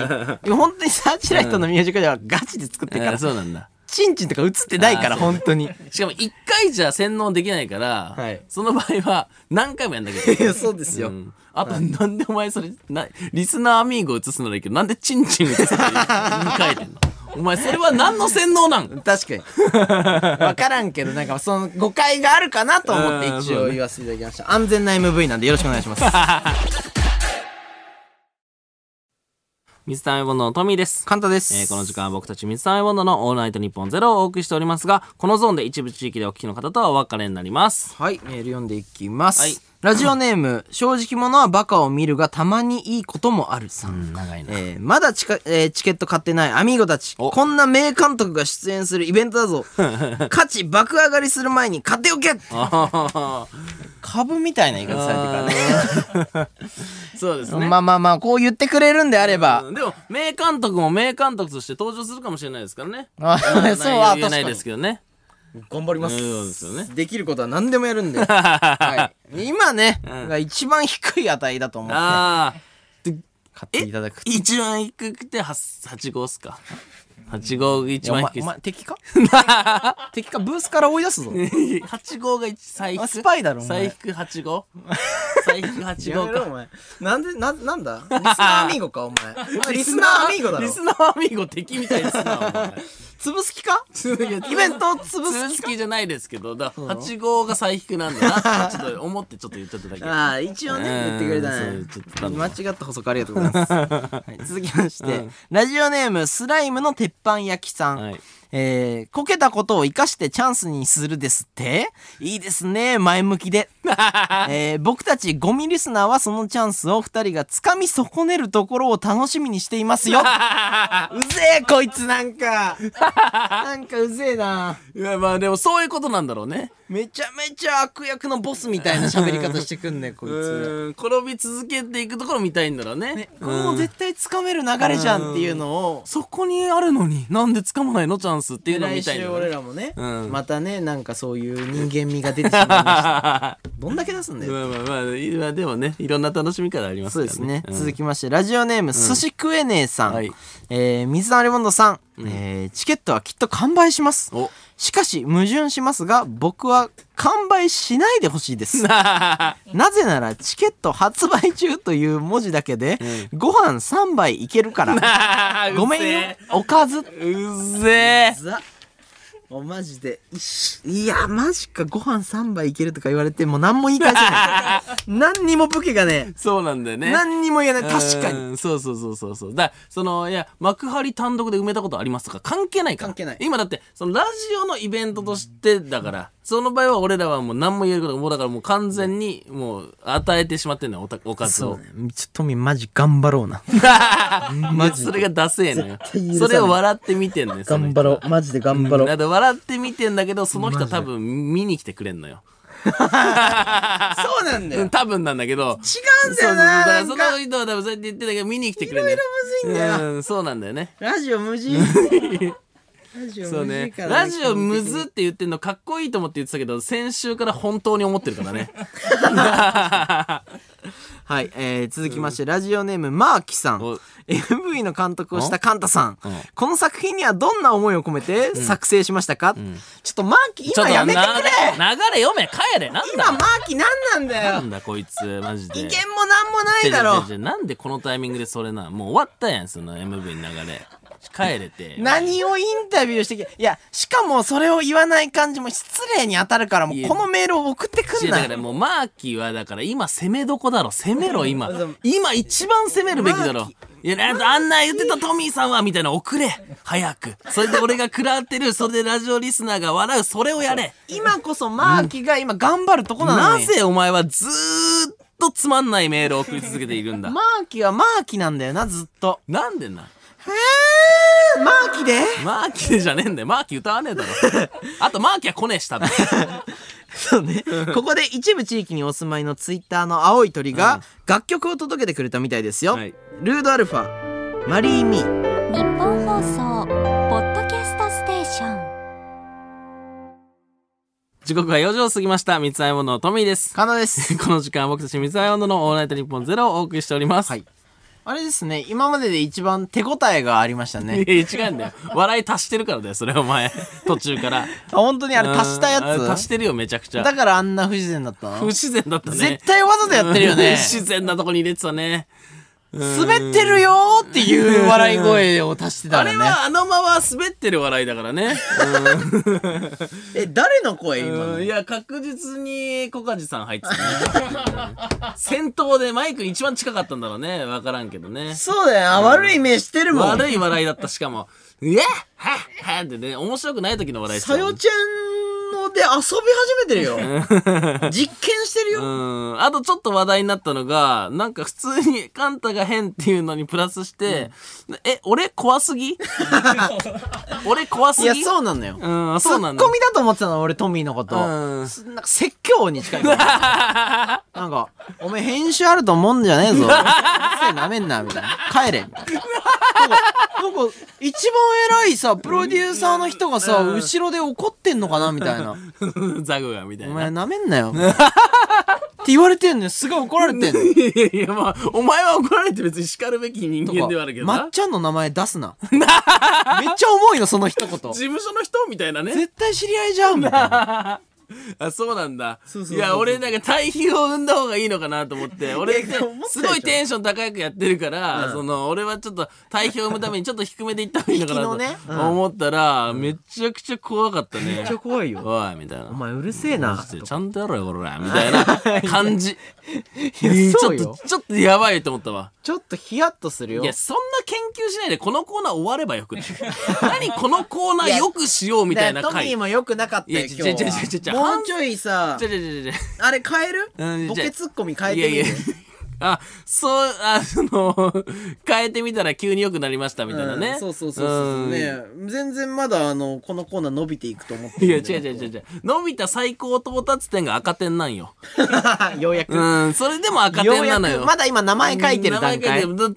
Speaker 2: 今本当にサーチライトのミュージックではガチで作って
Speaker 1: てか。
Speaker 2: るからら、
Speaker 1: そうなんだ。
Speaker 2: チンチンとか映ってないから、
Speaker 1: あー
Speaker 2: 本 当に。
Speaker 1: しかも一回じゃ洗脳できないから、
Speaker 2: はい
Speaker 1: その場合は何回もやんなきゃ いけない。
Speaker 2: そうですよ
Speaker 1: うんあと、なんでお前それ、な、リスナーアミーゴ映すならいいけど、なんでチンチン映すって書いてんのお前それは何の洗脳なん
Speaker 2: 確かに。わからんけど、なんかその誤解があるかなと思って
Speaker 1: うん
Speaker 2: 一
Speaker 1: そう
Speaker 2: 応
Speaker 1: ね
Speaker 2: 言わせていただきま した。安全な MV なんでよろしくお願いします。
Speaker 1: 水溜りボンドのトミーです。
Speaker 2: 簡単です。
Speaker 1: えーこの時間は僕たち水溜りボンドのオールナイトニッポンゼロをお送りしておりますが、このゾーンで一部地域でお聞きの方とはお別れになり ます。
Speaker 2: はい、メール読んでいきます。
Speaker 1: はい
Speaker 2: ラジオネーム、正直者はバカを見るがたまにいいこともあるさん。
Speaker 1: 長いな。
Speaker 2: えーまだチカ、えーチケット買ってないアミーゴたち。
Speaker 1: お
Speaker 2: こんな名監督が出演するイベントだ ぞ。価値爆上がりする前に買っておけ株みたいな言い方されてからね。
Speaker 1: そうですね。
Speaker 2: まあまあまあ、こう言ってくれるんであれば
Speaker 1: う。んでも、名監督も名監督として登場するかもしれないですからね。
Speaker 2: あ そう
Speaker 1: うん
Speaker 2: あ
Speaker 1: 言えない
Speaker 2: 確かに
Speaker 1: ですけどね。
Speaker 2: 頑張りま
Speaker 1: うんそうですよね。
Speaker 2: できることは何でもやる んで。はい、今ね、
Speaker 1: ん
Speaker 2: が一番低い値だと思って買
Speaker 1: ああ、
Speaker 2: っていただく。
Speaker 1: 一番低くて8、8号っすか。8号が一
Speaker 2: お
Speaker 1: 番
Speaker 2: 前
Speaker 1: 低いっす。
Speaker 2: お前 敵か敵かブースから追い出すぞ。
Speaker 1: 8号が一最低。
Speaker 2: あスパイだろお前
Speaker 1: 最低8号 最低8号か。
Speaker 2: 前。なんで、な、なんだリスナーアミーゴか、お前。お 前リスナーアミーゴだろ
Speaker 1: リ。スナーアミーゴ敵みたいですな。
Speaker 2: 潰す気 かイベントを潰
Speaker 1: 通
Speaker 2: す気
Speaker 1: 好きじゃないですけど、だから8号が最低なんだなっ てちょっと思ってちょっと言っちゃっただけ。
Speaker 2: ああ、一応ね、言ってくれた
Speaker 1: う
Speaker 2: ね
Speaker 1: んそう言っちゃっ。たん
Speaker 2: 間
Speaker 1: だ
Speaker 2: 違った補足ありがとうござい ます。はい、続きまして、ラジオネーム、スライムの鉄板焼きさん。
Speaker 1: はい
Speaker 2: えー、こけたことを生かしてチャンスにするですっていいですね、前向 きで。えー僕たちゴミリスナーはそのチャンスを二人が掴み損ねるところを楽しみにしていま すよ。うぜえ、こいつなんか。なんかうぜえな。
Speaker 1: いや、まあでもそういうことなんだろうね。
Speaker 2: めちゃめちゃ悪役のボスみたいな喋り方して くんね、こいつ。
Speaker 1: うん、転び続けていくところ見たいんだろうね。うん
Speaker 2: もう絶対掴める流れじゃんっていうのを、
Speaker 1: そこにあるのに、なんで掴まないのチャンスっていうのを
Speaker 2: 来
Speaker 1: 見たいん
Speaker 2: 週
Speaker 1: だ
Speaker 2: 俺
Speaker 1: ね。
Speaker 2: らもね、
Speaker 1: うん
Speaker 2: またね、なんかそういう人間味が出てしまいました。 どんだけ出すんだよ。
Speaker 1: まあまあまあいまあでもねいろんな楽しみ方あります
Speaker 2: そ
Speaker 1: か
Speaker 2: う
Speaker 1: ら
Speaker 2: ですね、
Speaker 1: ん
Speaker 2: 続きましてラジオネーム、寿司クエネーさん、
Speaker 1: はい
Speaker 2: えー、水溜りボンドさん、えーチケットはきっと完売します
Speaker 1: お
Speaker 2: しかし矛盾しますが僕は完売しないでほしいですなぜならチケット発売中という文字だけで、ご飯3杯いけるからごめんよおかず
Speaker 1: うぜえ
Speaker 2: ざおマジでいしいやマジかご飯3杯いけるとか言われてもう何も言い返せない 何にも武器がね
Speaker 1: そうなんだよね
Speaker 2: 何にも言えない 確かに
Speaker 1: うんそうそうそうそうそうだそのいや幕張単独で埋めたことありますとか関係ないから
Speaker 2: 関係ない
Speaker 1: 今だってそのラジオのイベントとしてだから、その場合は俺らはもう何も言えることもうだからもう完全にもう与えてしまってんだよおたおかず
Speaker 2: そう
Speaker 1: を
Speaker 2: ねちょっとみマジ頑張ろうなマジ
Speaker 1: そ
Speaker 2: で
Speaker 1: れがダセえのよ
Speaker 2: 対許さない
Speaker 1: それを笑って見てんのよその人
Speaker 2: 頑張ろうマジで頑張ろ
Speaker 1: だ
Speaker 2: う
Speaker 1: って笑って見てんだけどその人多分見に来てくれんのよ
Speaker 2: そうなんだ
Speaker 1: うん多分なんだけど
Speaker 2: 違うんだよなな
Speaker 1: そう
Speaker 2: ん
Speaker 1: そうだ
Speaker 2: から
Speaker 1: その人は多分そうやって言ってたけど見に来てくれる
Speaker 2: いろいろむずいんだよ
Speaker 1: うんそうなんだよね
Speaker 2: ラジオ無人
Speaker 5: ラジオ
Speaker 1: そう
Speaker 5: むずい
Speaker 1: ね。
Speaker 5: からな
Speaker 1: ラジオむずって言ってんのかっこいいと思って言ってたけど、先週から本当に思ってるからね。
Speaker 2: はい、えー続きまして、ラジオネームマーキさん
Speaker 1: お
Speaker 2: MV の監督をしたカンタさん
Speaker 1: うん
Speaker 2: この作品にはどんな思いを込めて作成しましたか、ちょっとマーキ
Speaker 1: ちょっ
Speaker 2: 今
Speaker 1: と
Speaker 2: やめてく
Speaker 1: な流
Speaker 2: れ
Speaker 1: れ読め帰れなん
Speaker 2: 今マ
Speaker 1: だ
Speaker 2: ーキ何なんだ
Speaker 1: な
Speaker 2: よ
Speaker 1: んだこいつ、マジで。
Speaker 2: 意見もなんもないだ
Speaker 1: 違
Speaker 2: ろ
Speaker 1: う違う違う違うなんでこのタイミングでそれなもう終わったやんその MV の流れ帰れて
Speaker 2: 何をインタビューしてきいやしかもそれを言わない感じも失礼に当たるからもう
Speaker 1: いや
Speaker 2: このメールを送ってく
Speaker 1: 違
Speaker 2: ん
Speaker 1: う
Speaker 2: な
Speaker 1: だからもうマーキーはだから今攻めどこだろ攻めろ今今一番攻めるべきだろいやああんな言ってたトミーさんはみたいな送れ早くそれで俺が食らってるそれでラジオリスナーが笑うそれをやれ
Speaker 2: 今こそマーキが今頑張るとこなの
Speaker 1: な
Speaker 2: に、
Speaker 1: ぜお前はずーっとつまんないメールを送り続けてい るんだ
Speaker 2: マーキはマーキなんだよなずっと
Speaker 1: なんでな
Speaker 2: へーマーキで
Speaker 1: マーキーじゃねえんだよマーキー歌わね えだろあとマーキーは来ねえし多分
Speaker 2: そうね。 ここで一部地域にお住まいのツイッターの青い鳥が楽曲を届けてくれたみたいですよ。
Speaker 1: はい
Speaker 2: ルードアルファ、マリーミー。
Speaker 3: 日本放送ポッドキャストステーション
Speaker 1: 時刻は4時を過ぎました三つ合いもののトミーです
Speaker 2: かなです。
Speaker 1: この時間は僕たち水彩温度のオールナイト日本ゼロをお送りしております。
Speaker 2: はいあれですね、今までで一番手応えがありましたね。
Speaker 1: いや違うんだよ。笑い足してるからだよ、それお前。途中から。
Speaker 2: あ本当にあれ足したや
Speaker 1: うん足し
Speaker 2: つ
Speaker 1: てるよ、めちゃくち
Speaker 2: だ
Speaker 1: ゃ。
Speaker 2: からあんな不自然だった
Speaker 1: 不
Speaker 2: の
Speaker 1: 自然だったね。
Speaker 2: 絶対わざとやってるよね。
Speaker 1: 不自然なとこに入れてたね。
Speaker 2: 滑ってるよーっていう笑い声を足してた
Speaker 1: あ
Speaker 2: から
Speaker 1: れ
Speaker 2: ね。
Speaker 1: はあのまま滑ってる笑いだからね。
Speaker 2: え、誰の声今
Speaker 1: う
Speaker 2: の
Speaker 1: んいや、確実に小梶さん入ってたね。 先頭でマイクに一番近かったんだろうね。わからんけどね。
Speaker 2: そうだよな。悪い目してるもん。
Speaker 1: 悪い笑いだった、しかも。うえはっはっってね、面白くない時の笑いしてた
Speaker 2: さ
Speaker 1: もんね
Speaker 2: よちゃんので遊び始めてるよ。実験してるよ。
Speaker 1: うん。あとちょっと話題になったのが、なんか普通にカンタが変っていうのにプラスして、え、俺怖す ぎ俺怖す
Speaker 2: い
Speaker 1: ぎ
Speaker 2: や、そうなのよ。
Speaker 1: うん、
Speaker 2: ツ
Speaker 1: そう
Speaker 2: ッ
Speaker 1: なんだ
Speaker 2: コ。ミだと思ってたの、俺、トミーのこと。
Speaker 1: うん
Speaker 2: すなんか説教に近い から。なんか、おめえ編集あると思うんじゃねえぞ。なめんな、みたいな。帰れ、みたいな。なんか、なんか一番偉いさ、プロデューサーの人がさ、後ろで怒ってんのかな、みたいな。
Speaker 1: ザグがみたい
Speaker 2: お
Speaker 1: な。
Speaker 2: 前、なめんな よ。って言われてんのよ。すごい怒られてんの。
Speaker 1: いやいやいや、まあ、お前は怒られて別に叱るべき人
Speaker 2: と
Speaker 1: 間
Speaker 2: か
Speaker 1: ではあるけど
Speaker 2: ま
Speaker 1: な
Speaker 2: っ。ちゃんの名前出す な。めっちゃ重いの、その一言
Speaker 1: 事。務所の人みたいなね。
Speaker 2: 絶対知り合いじゃん、みたいな。
Speaker 1: あ、そうなんだ。
Speaker 2: うそうそう
Speaker 1: いや、俺なんか対比を生んだ方がいいのかなと思って、俺ってすごいテンション高くやってるから、その、俺はちょっと対比を生むためにちょっと低めでいった方がいいのかなと
Speaker 2: 引きのねうん
Speaker 1: 思ったら、めちゃくちゃ怖かったね。
Speaker 2: 怖い。
Speaker 1: おい、みたいな。
Speaker 2: お前、うるせえな。
Speaker 1: ちゃんとやろよ、こら、みたいな 感じ。
Speaker 2: いや
Speaker 1: ち
Speaker 2: そ
Speaker 1: ょ
Speaker 2: う
Speaker 1: っ
Speaker 2: よ
Speaker 1: と、。ちょっとやばいと思ったわ。
Speaker 2: ちょっとヒヤッとするよ。
Speaker 1: いや、そんな研究しないで、このコーナー終わればよ くない何このコーナーよくしようみたいな
Speaker 2: だからト
Speaker 1: 回。
Speaker 2: ミーも良くなかったよ、
Speaker 1: いや
Speaker 2: 今日は。
Speaker 1: 違う違う違う違う
Speaker 2: もうちょいさ
Speaker 1: ちょ、ちょちょちょ。
Speaker 2: あれ変える
Speaker 1: うん
Speaker 2: ボ
Speaker 1: じ
Speaker 2: ケ
Speaker 1: ゃ
Speaker 2: ツッコミ変え
Speaker 1: い
Speaker 2: て
Speaker 1: や
Speaker 2: み
Speaker 1: い
Speaker 2: る
Speaker 1: や。 あ、そう、あその、 変えてみたら急に良くなりましたみたいなね。
Speaker 2: うんそうそうそうそう。
Speaker 1: ん
Speaker 2: ね全然まだ、あの、このコーナー伸びていくと思ってる
Speaker 1: いや、違
Speaker 2: ん
Speaker 1: う
Speaker 2: で
Speaker 1: 違う違う違う。伸びた最高到達点が赤点なんよ。
Speaker 2: ようやく。
Speaker 1: うん、それでも赤
Speaker 2: よ
Speaker 1: 点
Speaker 2: う
Speaker 1: な
Speaker 2: や
Speaker 1: の
Speaker 2: く、
Speaker 1: よ。
Speaker 2: まだ今名前書いてる段
Speaker 1: 名前
Speaker 2: 階
Speaker 1: 書い。てるど、ど、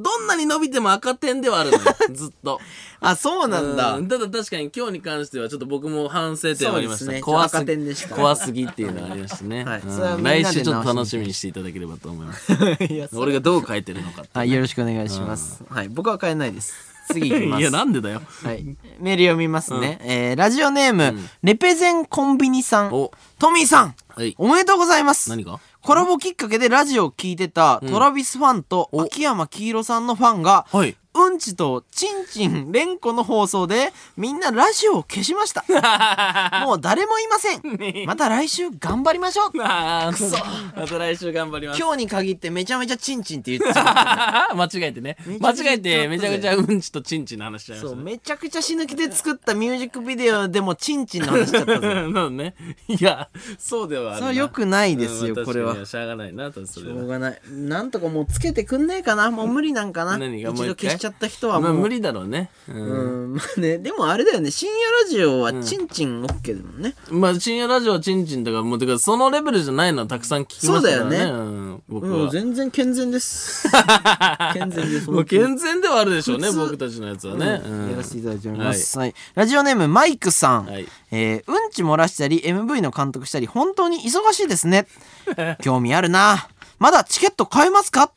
Speaker 1: どんなに伸びても赤点ではあ るのよ。ずっと。
Speaker 2: あ、そうなんだ
Speaker 1: う。ただ確かに今日に関してはちょっと僕も反省点はありまし
Speaker 2: そうですね
Speaker 1: た。怖す
Speaker 2: 赤点でした
Speaker 1: 怖すぎっていうのはありましたね。
Speaker 2: はい
Speaker 1: うん
Speaker 2: それはみんな
Speaker 1: 来
Speaker 2: で直して
Speaker 1: 週ちょっと楽しみにしていただければと思います。
Speaker 2: いや そう
Speaker 1: 俺がどう書いてるのかって。
Speaker 2: はい、よろしくお願いします。はい、僕は変えないです。次行きます。
Speaker 1: いや、なんでだよ。
Speaker 2: はい、メール読みますね、えーラジオネーム、レペゼンコンビニさん
Speaker 1: お
Speaker 2: トミーさん
Speaker 1: はい。
Speaker 2: おめでとうございます
Speaker 1: 何が
Speaker 2: コラボきっかけでラジオを聞いてた、トラビスファンと
Speaker 1: お
Speaker 2: 秋山黄色さんのファンが、
Speaker 1: はい
Speaker 2: うんちとちんちんれんこの放送でみんなラジオを消しました もう誰もいませんまた来週頑張りましょう
Speaker 1: ああ、くそ。また来週頑張ります。
Speaker 2: 今日に限ってめちゃめちゃちんちんって言ってた
Speaker 1: 間違えてね。間違えて、めちゃくちゃうんちとちんちんの話しちゃいま
Speaker 2: そう
Speaker 1: したね。
Speaker 2: めちゃくちゃ死ぬ気で作ったミュージックビデオでもちんちんの話しちゃ ったぜ
Speaker 1: な のね。いや、そうではある
Speaker 2: それ
Speaker 1: な。
Speaker 2: は良くないですよ、
Speaker 1: うんまあ
Speaker 2: こ
Speaker 1: 確
Speaker 2: れ
Speaker 1: かに
Speaker 2: は。
Speaker 1: しゃあがないな、とそ
Speaker 2: し
Speaker 1: れ
Speaker 2: ょう
Speaker 1: は。
Speaker 2: がない。なんとかもうつけてくんないかなもう無理なんかな
Speaker 1: 何
Speaker 2: 一
Speaker 1: が
Speaker 2: 度
Speaker 1: もう一回
Speaker 2: 消しちゃった人は
Speaker 1: ま
Speaker 2: も
Speaker 1: あ、
Speaker 2: う。
Speaker 1: 無理だろうね。うん
Speaker 2: うん、まあね、でもあれだよね、深夜ラジオはチンチン OK だもんね。
Speaker 1: まあ、深夜ラジオはチンチンとか、もう、てか、そのレベルじゃないのはたくさん聞きましたからね。
Speaker 2: そうだよね
Speaker 1: んん僕
Speaker 4: うん
Speaker 1: は。
Speaker 4: 全然健全 です。健全です。
Speaker 1: もう健全ではあるでしょうね
Speaker 4: 普通
Speaker 1: 僕たちのやつはね。うん
Speaker 2: やらせていただいております、はいラジオネームマイクさん、
Speaker 1: はい
Speaker 2: えーうんち漏らしたり MV の監督したり本当に忙しいで すね興味あるなまだチケット買えますか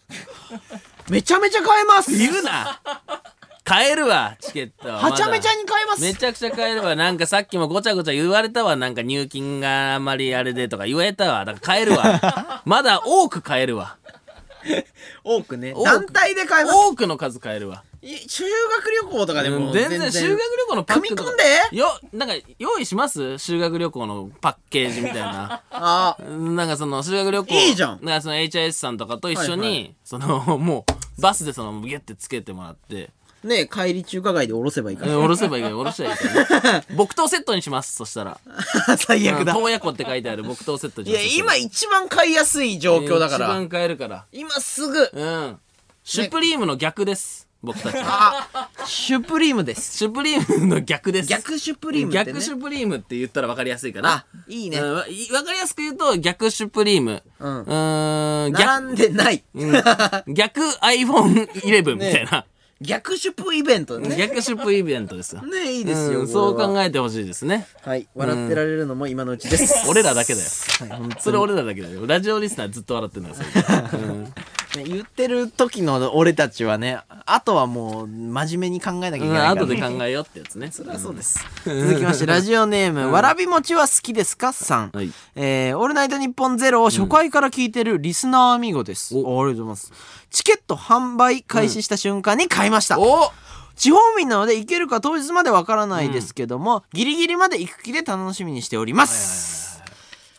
Speaker 2: めちゃめちゃ買えます
Speaker 1: 言うな 買えるわチケットは
Speaker 2: はちゃめちゃ
Speaker 1: に
Speaker 2: に買えま
Speaker 1: め
Speaker 2: す
Speaker 1: ちゃくちゃ買えるわなんかさっきもごちゃごちゃ言われたわなんか入金があんまりあれでとか言われたわだから買える わまだ多く買えるわ
Speaker 4: 多くね。
Speaker 1: 多く
Speaker 4: 団体で買えます。
Speaker 1: 多くの数買えるわ
Speaker 4: い修学旅行とかで
Speaker 1: う
Speaker 4: も
Speaker 1: ん全然修学旅行のパックとか
Speaker 4: 組み込んで
Speaker 1: よなんか用意します修学旅行のパッケージみたいな
Speaker 4: あ
Speaker 1: なんかその修学旅行
Speaker 4: いいじゃん
Speaker 1: なんかその HIS さんとかと一緒に、
Speaker 4: はいは
Speaker 1: そのもうバスでそのギュッてつけてもらって
Speaker 4: ね帰り中華街で降ろせばいいか
Speaker 1: えおろせばいいからおろしたらいいから、ね、木刀セットにしますそしたら
Speaker 4: ら 最悪だ
Speaker 1: 洞爺湖って書いてある木刀セット
Speaker 4: い
Speaker 1: にしま
Speaker 4: や
Speaker 1: す
Speaker 4: 今一番買いやすい状況だか
Speaker 1: 一
Speaker 4: ら
Speaker 1: 番買えるから
Speaker 4: 今すぐ
Speaker 1: うんシュプリームの逆です僕たちは
Speaker 4: あシュプリームです
Speaker 1: シュプリームの逆です
Speaker 4: 逆シュプリームってね
Speaker 1: 逆シュプリームって言ったら分かりやすいか
Speaker 4: あ
Speaker 1: ない
Speaker 4: い
Speaker 1: い
Speaker 4: ね
Speaker 1: わ、いわかりやすく言うと逆シュプリーム
Speaker 4: うん
Speaker 1: うーん逆
Speaker 4: 並んでない
Speaker 1: うん逆 iPhone11 みたいな、
Speaker 4: 逆シュプイベントねね
Speaker 1: 逆シュプイベントですよ、
Speaker 4: いい です
Speaker 1: う
Speaker 4: よ
Speaker 1: んそう考
Speaker 4: え
Speaker 1: えてほしいですね
Speaker 4: はい笑ってられるのも今のうちです
Speaker 1: 俺らだけだよ
Speaker 4: はいほんと
Speaker 1: それ俺らだけだよラジオリスナーずっと笑ってるんだよそれ
Speaker 2: ね言ってる時の俺たちはねあとはもう真面目に考えなきゃいけ
Speaker 1: うん、
Speaker 2: ないから
Speaker 1: 後で考えようってやつね。それは。
Speaker 4: そうですす
Speaker 2: 続きま して、ラジオネーム、わらび餅は好きですかさん。
Speaker 1: はい
Speaker 2: えー、オールナイトニッポンゼロを初回から聞いてるリスナーアミゴです。あありがとうございます。チケット販売開始した瞬間に買いました。
Speaker 1: お
Speaker 2: 地方民なので行けるか当日までわからないですけども、ギリギリまで行く気で楽しみにしております。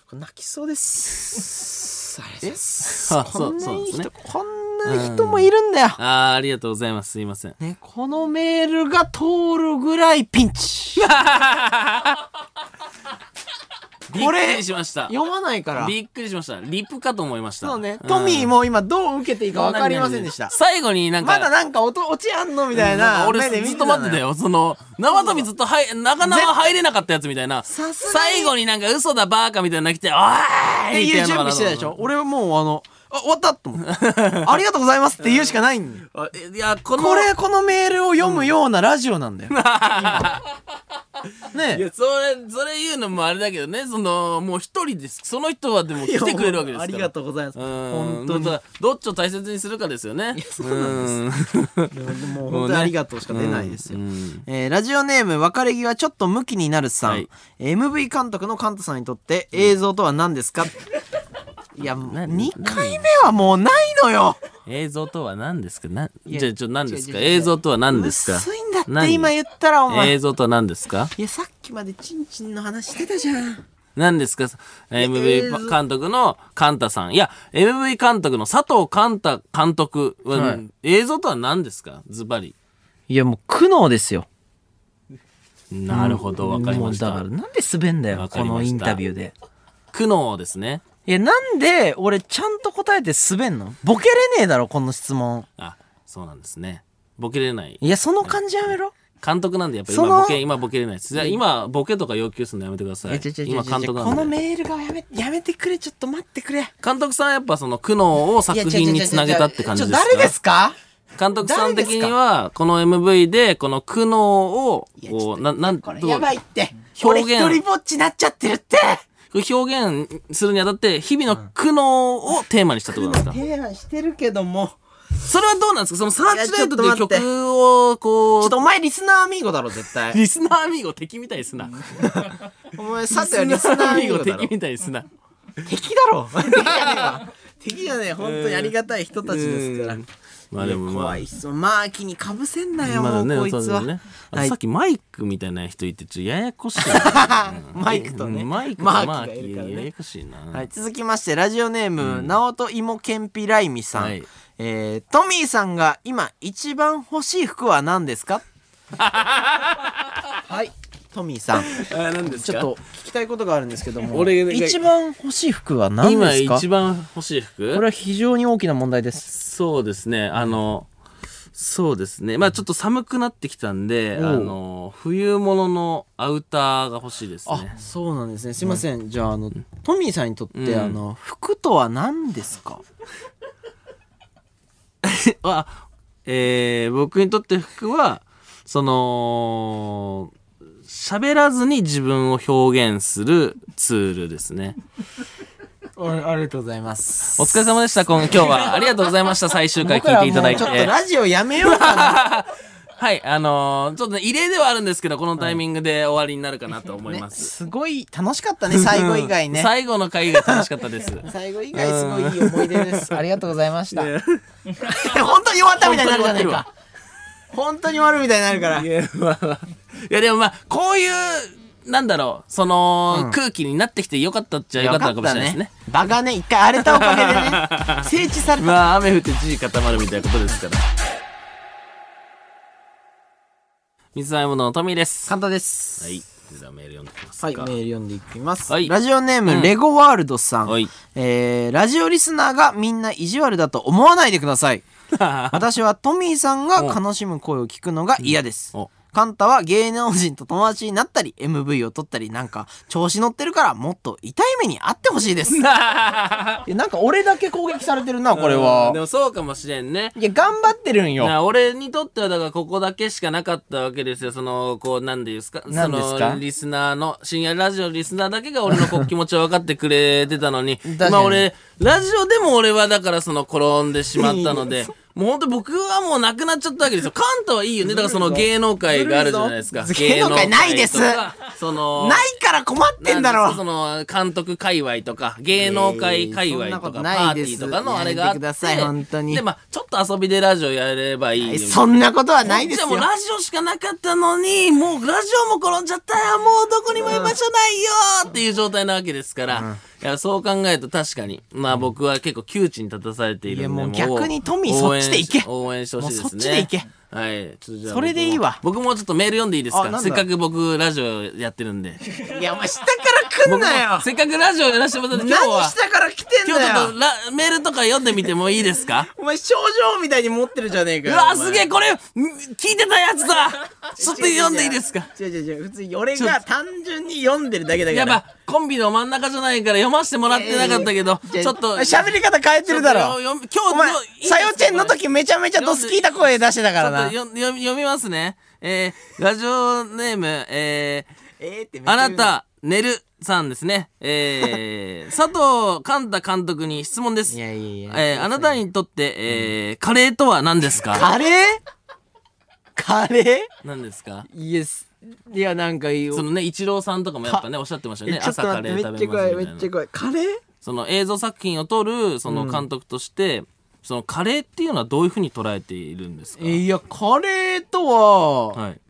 Speaker 4: これ泣きそうですあれです
Speaker 1: あ、
Speaker 2: こ
Speaker 1: そう、
Speaker 2: んな
Speaker 1: そう
Speaker 2: い
Speaker 1: ないんです
Speaker 2: 人、
Speaker 1: ね。
Speaker 2: こんな人もいるんだよ。
Speaker 1: あーありがとうございます。すいません。
Speaker 2: ね、このメールが通るぐらいピン チ。
Speaker 1: びっ
Speaker 2: れ
Speaker 1: くりしました。
Speaker 2: 読まないから。
Speaker 1: びっくりしました。リップかと思いました。
Speaker 2: そうね、
Speaker 1: ん
Speaker 2: トミーも今どう受けていいか分かりませんでした。
Speaker 1: 最後になんか、
Speaker 2: まだなんか音落ちあんのみたい
Speaker 1: なんか
Speaker 2: な目で
Speaker 1: 俺
Speaker 2: 見
Speaker 1: ずっ
Speaker 2: て
Speaker 1: たと
Speaker 2: の
Speaker 1: 待ってたよ。その、縄跳びずっとはい、なかなか入れなかったやつみたいな。
Speaker 2: さすがに
Speaker 1: 最後になんか嘘だバーカみたいなの来て、あー
Speaker 2: っていう準備してたでしょ。俺はもうあのあ終わったと 思ってありがとうございますって言うしかないんだよ
Speaker 1: あえいや、この、
Speaker 2: これこのメールを読むようなラジオなんだよ、
Speaker 1: い
Speaker 2: ね
Speaker 1: や、それ、それ言うのもあれだけどね、その、もう一人です。その人はでも来てくれるわけですから。
Speaker 4: ありがとうございます
Speaker 1: 本
Speaker 4: 本
Speaker 1: 当
Speaker 4: 当
Speaker 1: に
Speaker 4: に
Speaker 1: どっちを大切にするかですよね。そうなんです。
Speaker 4: もう
Speaker 1: も
Speaker 4: 本
Speaker 1: う
Speaker 4: 当
Speaker 1: ね
Speaker 4: にありがとうしか出ないですよ
Speaker 1: うん
Speaker 2: えーラジオネーム別れ際ちょっとムキになるさん、
Speaker 1: はい
Speaker 2: MV 監督のカントさんにとって映像とは何ですか、 いや2回目はもうないのよ
Speaker 1: 映像とは何ですか。な、
Speaker 2: や
Speaker 1: じゃあちょ何ですか。
Speaker 2: 違う違う違う
Speaker 1: 映像とは何ですか。
Speaker 2: 薄いんだって
Speaker 1: 何
Speaker 2: 今言ったらお前
Speaker 1: 映像とは何ですか。
Speaker 2: いやさっきまでチンチンの話してたじゃん
Speaker 1: 何ですか。
Speaker 4: 映
Speaker 1: MV
Speaker 4: 像
Speaker 1: 監督のカンタさん。いや、MV 監督の佐藤カンタ監督は、
Speaker 2: はい
Speaker 1: 映像とは何ですか。ズバリ。
Speaker 2: いやもう苦悩ですよ
Speaker 1: なるほど、わかりまし
Speaker 2: もうだ
Speaker 1: た
Speaker 2: から。なんで滑んだ
Speaker 1: わ
Speaker 2: よ
Speaker 1: か
Speaker 2: こ
Speaker 1: りました
Speaker 2: のインタビューで
Speaker 1: 苦悩ですね。
Speaker 2: いやなんで俺ちゃんと答えて滑んのボケれねえだろこの質問
Speaker 1: あ、そうなんですね。ボケれない
Speaker 2: い。やその感じやめろ
Speaker 1: 監督なんでやっぱ
Speaker 2: その
Speaker 1: 今ボケ今ボケれないです。じゃあ今ボケとか要求するのやめてください。今監督
Speaker 2: こ
Speaker 1: な
Speaker 2: の
Speaker 1: んで。
Speaker 2: メールがやめやめてくれちょっと待ってくれ
Speaker 1: 監督さんはやっぱその苦悩を作品につなげたって感じですか
Speaker 2: ちょ誰ですか
Speaker 1: 監督さん的に
Speaker 2: 誰
Speaker 1: はこの MV でこの苦悩をこうななんど
Speaker 2: こ
Speaker 1: う
Speaker 2: れやばいって
Speaker 1: 表
Speaker 2: 俺
Speaker 1: 現
Speaker 2: 一人ぼっちになっちゃってるって
Speaker 1: 表現するにあたって日々の苦悩をテーマにしたってことなんですか。
Speaker 2: 提案してるけども
Speaker 1: それはどうなんですかそのサーチライトっていう
Speaker 2: いやちょっと待って
Speaker 1: 曲を
Speaker 2: ち
Speaker 1: こ
Speaker 2: ょ
Speaker 1: う
Speaker 2: っとお前リスナーアミーゴだろ絶対
Speaker 1: リスナーアミーゴ敵みたいですな。
Speaker 2: お前さてはリスナーアミーゴだろ
Speaker 1: 敵みたいですな。
Speaker 2: 敵だろ敵じゃねえわ敵じゃねえ本当にありがたい人たちですから
Speaker 1: うん まあでもまあ
Speaker 2: 怖いっすマーキにかぶせんなよ、
Speaker 1: まだ
Speaker 2: もうこいつ
Speaker 1: そうだ
Speaker 2: は、
Speaker 1: ねあと
Speaker 2: はい
Speaker 1: さっきマイクみたいな人いてちょっとややこしいな、
Speaker 2: マイクとね
Speaker 1: うんマイクと
Speaker 2: マ
Speaker 1: マ
Speaker 2: ーキ
Speaker 1: ー
Speaker 2: が
Speaker 1: キ
Speaker 2: いるからね
Speaker 1: ややこしいな、
Speaker 2: はい、続きましてラジオネーム、なおといもけんぴらいみさん、
Speaker 1: はい
Speaker 2: えートミーさんが今一番欲しい服は何で すかはいトミーさん
Speaker 1: あ何です
Speaker 2: ちょっと聞きたいことがあるんですけども
Speaker 1: 俺が
Speaker 2: 一番欲しい服は何
Speaker 1: 今
Speaker 2: ですか
Speaker 1: 一番欲しい
Speaker 2: これ
Speaker 1: 服
Speaker 2: は非常に大きな問題です
Speaker 1: そうですねあのそうですね。まあちょっと寒くなってきたんで、
Speaker 2: おう
Speaker 1: あの、冬物のアウターが欲しいです
Speaker 2: あ
Speaker 1: ね。
Speaker 2: そうなんですねすいません、じゃああのトミーさんにとって、
Speaker 1: うん
Speaker 2: あの服とは何ですか
Speaker 1: あ、えー、僕にとって服は、その、喋らずに自分を表現するツールですね。
Speaker 2: ありがとうございます
Speaker 1: お疲れ様でした、今今日 は。ありがとうございました、最終回
Speaker 2: 僕
Speaker 1: 聞い
Speaker 2: らは
Speaker 1: てい
Speaker 2: も
Speaker 1: ただ
Speaker 2: う
Speaker 1: いて
Speaker 2: ちょっ。とラジオやめようかな
Speaker 1: はい、あのーちょっとね異例ではあるんですけど、このタイミングで終わりになるかなと思います。
Speaker 2: すごい楽しか ったね最後以外ね
Speaker 1: 最後の回が楽しかったです。
Speaker 2: 最後以外すごいいい思い出ですありがとうございました 本当に終わったみたいになるじゃないか本当に終わるみたいになるから
Speaker 1: いや、まあまあいやでもまあ、こういう、なんだろう、その、空気になってきてよかったっちゃよかったのかもしれないですね。
Speaker 2: 場がね一回荒れたおかげで ね整地された
Speaker 1: まあ、雨降って地固まるみたいなことですから。水溜りボンドのトミーです。は
Speaker 2: 簡単です
Speaker 1: い。じゃあメール読んできますか。
Speaker 2: はい、メール読んでいきます。
Speaker 1: はい
Speaker 2: ラジオネーム、
Speaker 1: ん
Speaker 2: レゴワールドさん、
Speaker 1: はい
Speaker 2: えーラジオリスナーがみんな意地悪だと思わないでください。私はトミーさんが悲しむ声を聞くのが嫌です
Speaker 1: うん お。
Speaker 2: カンタは芸能人と友達になったり MV を撮ったりなんか調子乗ってるからもっと痛い目にあってほしいです いやなんか俺だけ攻撃されてるなこれ
Speaker 1: で
Speaker 2: は
Speaker 1: もそうかもしれんね。
Speaker 2: いや頑張ってるんよ
Speaker 1: な俺にとってはだからここだけしかなかったわけですよ。その、こう、なんでですか
Speaker 2: なんですか
Speaker 1: その、リスナーの、深夜ラジオのリスナーだけが俺のこう気持ちを分かってくれてたのに、
Speaker 2: かに
Speaker 1: 今俺、ラジオでも俺はだからその転んでしまったので、もう本当僕はもうなくなっちゃったわけですよ。カンタはいいよね。だからその芸能界があるじゃないですか。
Speaker 2: ずるいぞ 芸能界ないです
Speaker 1: 芸能界とかその、
Speaker 2: ないから困ってんだ
Speaker 1: な
Speaker 2: ろ
Speaker 1: ですかその監督界隈とか芸能界界隈とか、
Speaker 2: えーそんなこと
Speaker 1: パ
Speaker 2: ない
Speaker 1: ーテ
Speaker 2: で
Speaker 1: ィ
Speaker 2: す
Speaker 1: ーとかのあれがあって
Speaker 2: やめてください本当に
Speaker 1: でまあちょっと遊びでラジオやればいいよみたいな
Speaker 2: そんなことはないです
Speaker 1: じゃ
Speaker 2: よ
Speaker 1: あもうラジオしかなかったのにもうラジオも転んじゃったよもうどこにも居場所ないよっていう状態なわけですから、いやそう考えると確かにまあ僕は結構窮地に立たされているんで
Speaker 2: いやもう逆にトミーそっちで行け
Speaker 1: 応援し応援してほしいですね
Speaker 2: もうそっちで行け
Speaker 1: はいちょっとじゃあ
Speaker 2: それでいいわ
Speaker 1: 僕も僕もちょっとメール読んでいいです
Speaker 2: あなん
Speaker 1: か
Speaker 2: だ
Speaker 1: せっかく僕ラジオやってるんで
Speaker 2: いやお前下から来んなよ
Speaker 1: せっかくラジオやらせてもらったんで今日
Speaker 2: 何
Speaker 1: は
Speaker 2: 下から来てん
Speaker 1: 今日ちょっ
Speaker 2: だ
Speaker 1: と
Speaker 2: よ
Speaker 1: ラメールとか読んでみてもいいですか
Speaker 2: お前症状みたいに持ってるじゃねえか
Speaker 1: う
Speaker 2: よ
Speaker 1: わ
Speaker 2: お前
Speaker 1: すげえこれん聞いてたやつだちょっと読んでいいですか
Speaker 2: 違う違う違う普通に俺が単純に読んでるだけだ
Speaker 1: や
Speaker 2: か
Speaker 1: っ
Speaker 2: ら
Speaker 1: ぱコンビの真ん中じゃないから読ませてもらってなかったけど、
Speaker 2: じゃあ
Speaker 1: ちょっと
Speaker 2: 喋り方変えてるだろ
Speaker 1: ちょっと読み
Speaker 2: お
Speaker 1: 今
Speaker 2: 前
Speaker 1: 日のいいですか
Speaker 2: さよちェんの時めちゃめちゃドス聞いた声出してたからな
Speaker 1: ちょっとよ読み読みますねえー、ラジオネームえー、
Speaker 2: えーってめっちゃ
Speaker 1: あ
Speaker 2: 言う
Speaker 1: なた寝るさんですねえー、佐藤寛太監督に質問です
Speaker 2: いやいやいや
Speaker 1: えー、あなたにとって、えー、カレーとは何ですか
Speaker 2: カレーカレ
Speaker 1: 何ですか
Speaker 2: ーイエスいやなんかいいよ
Speaker 1: そのね、イチローさんとかもやっぱね、おっしゃってましたよね。
Speaker 2: えちょっ
Speaker 1: 朝
Speaker 2: と
Speaker 1: カ
Speaker 2: 待
Speaker 1: レ
Speaker 2: っ
Speaker 1: ー食
Speaker 2: てめっち
Speaker 1: べ
Speaker 2: ゃ怖いめ
Speaker 1: ます
Speaker 2: っ
Speaker 1: み
Speaker 2: ち
Speaker 1: たい
Speaker 2: ゃ
Speaker 1: な。
Speaker 2: 怖いカレー
Speaker 1: その映像作品を撮る、その監督として、そのカレーっていうのはどういうふうに捉えているんですか、
Speaker 2: いやカレーとは
Speaker 1: はい。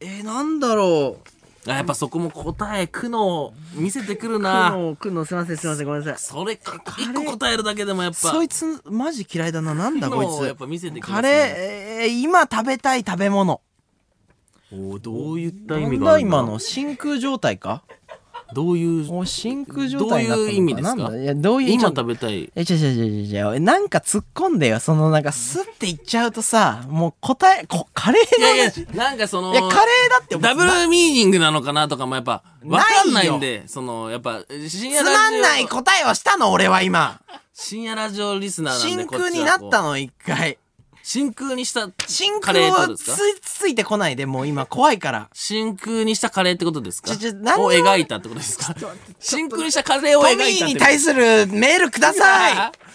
Speaker 2: えーなんだろう
Speaker 1: あ、やっぱそこも答え、苦悩を見せてくる
Speaker 2: く
Speaker 1: な。
Speaker 2: のくのすいませんすいませんごめんなさい
Speaker 1: それか、一個答えるだけでもやっぱ、
Speaker 2: そいつマジ嫌いだななんだ
Speaker 1: 苦
Speaker 2: こい
Speaker 1: 悩をやっ
Speaker 2: つ
Speaker 1: ぱ見せてくる、
Speaker 2: カレー、えー今食べたい食べ物
Speaker 1: おーどういった意
Speaker 2: な
Speaker 1: 味
Speaker 2: ん
Speaker 1: があ
Speaker 2: だ
Speaker 1: るんだ
Speaker 2: 今の真空状態か
Speaker 1: どういう、
Speaker 2: お真空状態になっ
Speaker 1: ど
Speaker 2: たのか
Speaker 1: ういう意味ですか
Speaker 2: なんだいやどういう
Speaker 1: 今
Speaker 2: ちょ
Speaker 1: 食べたい。
Speaker 2: え、違う違う違う違う違う。なんか突っ込んでよ。そのなんかスッていっちゃうとさ、もう答え、こカレー
Speaker 1: い
Speaker 2: の
Speaker 1: やいや
Speaker 2: 話。い、
Speaker 1: なんかその、
Speaker 2: や、カレーだって
Speaker 1: ダブルミーニングなのかなとかもやっぱ、わかんないんで、その、やっぱ、深夜
Speaker 2: つ
Speaker 1: ラジオ。
Speaker 2: まんない答えをしたの、俺は今。
Speaker 1: 深夜ラジオリスナーなんで
Speaker 2: 真空になった
Speaker 1: の
Speaker 2: の、一回。
Speaker 1: 真空にした
Speaker 2: 真
Speaker 1: カレー
Speaker 2: 空
Speaker 1: ってことで
Speaker 2: をつ
Speaker 1: すか
Speaker 2: ついてこないで、もう今怖いから。
Speaker 1: 真空にしたカレーってことですか
Speaker 2: ちょちょ何の
Speaker 1: を描いたってことですか真空にしたカレーを
Speaker 2: ト
Speaker 1: 描い
Speaker 2: ミ
Speaker 1: たって
Speaker 2: ーに対するメールください。
Speaker 1: いねい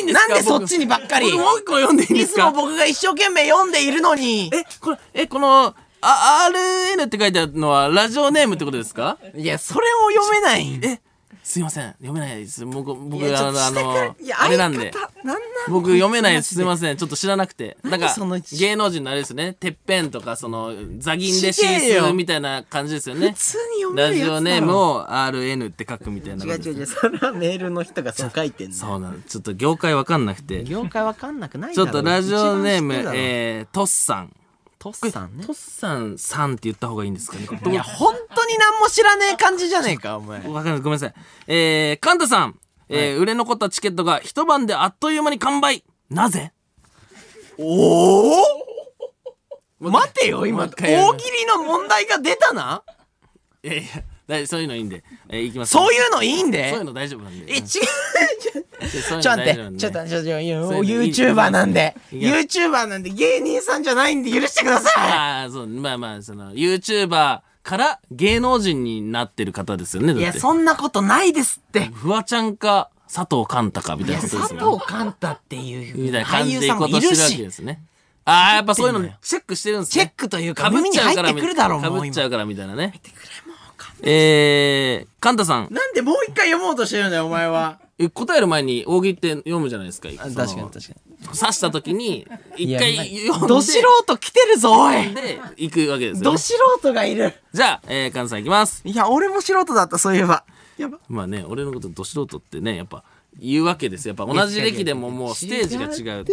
Speaker 1: いんです
Speaker 2: な
Speaker 1: か
Speaker 2: んでそっち
Speaker 1: に
Speaker 2: にばっかり。
Speaker 1: もう一個読んでいいん
Speaker 2: い
Speaker 1: です
Speaker 2: つも
Speaker 1: か
Speaker 2: 僕が一生懸命読んでいるのに。
Speaker 1: えこれえこのあ RN って書いてあるのはラジオネームってことですか
Speaker 2: いや、それを読めない。
Speaker 1: えすいません読めないです僕僕
Speaker 2: いやちょ
Speaker 1: あ
Speaker 2: っと
Speaker 1: のあ
Speaker 2: 下から
Speaker 1: の
Speaker 2: いや
Speaker 1: あれなんで
Speaker 2: 相方なんなん
Speaker 1: 僕読めないです。す
Speaker 2: マジ
Speaker 1: みません。ちょっと知らなくて。なんか
Speaker 2: その一、
Speaker 1: 芸能人のあれですね。てっぺんとか、その、座銀で
Speaker 2: ちげ
Speaker 1: 進
Speaker 2: えよ
Speaker 1: 出みたいな感じですよね
Speaker 2: 普。通に読め
Speaker 1: ラ
Speaker 2: るやつ
Speaker 1: ジ
Speaker 2: だろ
Speaker 1: オネームを RN って書くみたいなこと
Speaker 2: 違う
Speaker 1: ですね。
Speaker 2: 違う違うそれはメールの人がそう書いてんだよ
Speaker 1: そうなの。ちょっと業界わかんなくて。ち
Speaker 2: 業界わかんなくないだ
Speaker 1: ょ
Speaker 2: ろ
Speaker 1: っとラジオネーム、
Speaker 2: 一番知ってるだろ
Speaker 1: えー、トッサン。
Speaker 2: トッさんね
Speaker 1: トッサンさんって言った方がいいんですかね。これどう
Speaker 2: いや本当に何も知らねえ感じじゃねえかお前
Speaker 1: わかんない。ごめんなさい。えー、カンタさん。えー、売れ残ったチケットが一晩であっという間に完売。なぜ
Speaker 2: おお待てよ今
Speaker 1: もう一回やる
Speaker 2: 大喜利の問題が出たない
Speaker 1: やいや大そういうのいいんで、えー、いきます
Speaker 2: そういうのいいんで
Speaker 1: そういうの大丈夫なんで
Speaker 2: え違う
Speaker 1: うん
Speaker 2: ち
Speaker 1: そう
Speaker 2: ょ
Speaker 1: いうの大丈夫なん
Speaker 2: っと待って
Speaker 1: で
Speaker 2: ちょっと待ってちょっと
Speaker 1: そういうのいい
Speaker 2: YouTuber なんで
Speaker 1: いや
Speaker 2: YouTuber なんで芸人さんじゃないんで許してくださ
Speaker 1: ああそうまあまあその YouTuber から芸能人になってる方ですよねだ
Speaker 2: い
Speaker 1: っ
Speaker 2: い
Speaker 1: て
Speaker 2: やそんなことないですって
Speaker 1: フワちゃんか佐藤寛太かみたいなことで
Speaker 2: 佐
Speaker 1: す
Speaker 2: 藤
Speaker 1: よね
Speaker 2: 寛太っていう
Speaker 1: みたいな
Speaker 2: 俳
Speaker 1: 感じ
Speaker 2: 優
Speaker 1: でい
Speaker 2: さん
Speaker 1: こ
Speaker 2: も
Speaker 1: うとし
Speaker 2: い
Speaker 1: て
Speaker 2: る
Speaker 1: るわけ
Speaker 2: し
Speaker 1: ですねああやっぱそういうの
Speaker 2: 入ってんのよ
Speaker 1: チェックしてるんです
Speaker 2: チェ
Speaker 1: ね
Speaker 2: ックというか
Speaker 1: かぶっ
Speaker 2: 耳に
Speaker 1: ちゃう
Speaker 2: 入
Speaker 1: か
Speaker 2: っ
Speaker 1: ら
Speaker 2: てくるだろう
Speaker 1: か
Speaker 2: もう
Speaker 1: ぶっちゃ
Speaker 2: 今
Speaker 1: うからみたいなねえー、カンタさん
Speaker 2: なんでもう一回読もうとしてるんだよお前は
Speaker 1: え答える前に大喜利って読むじゃないですか
Speaker 2: 確かに確かに
Speaker 1: 刺した時に一
Speaker 2: い
Speaker 1: 回
Speaker 2: や
Speaker 1: 読んで
Speaker 2: ど素人来てるぞおい
Speaker 1: で行くわけですよ
Speaker 2: ど
Speaker 1: ね
Speaker 2: 素人がいる
Speaker 1: じゃあ、えー、カンタさん行きます
Speaker 2: いや俺も素人だったそういえばやば
Speaker 1: まあね俺のことど素人ってねやっぱ言うわけですよやっぱ同じ歴でももうステージが違うと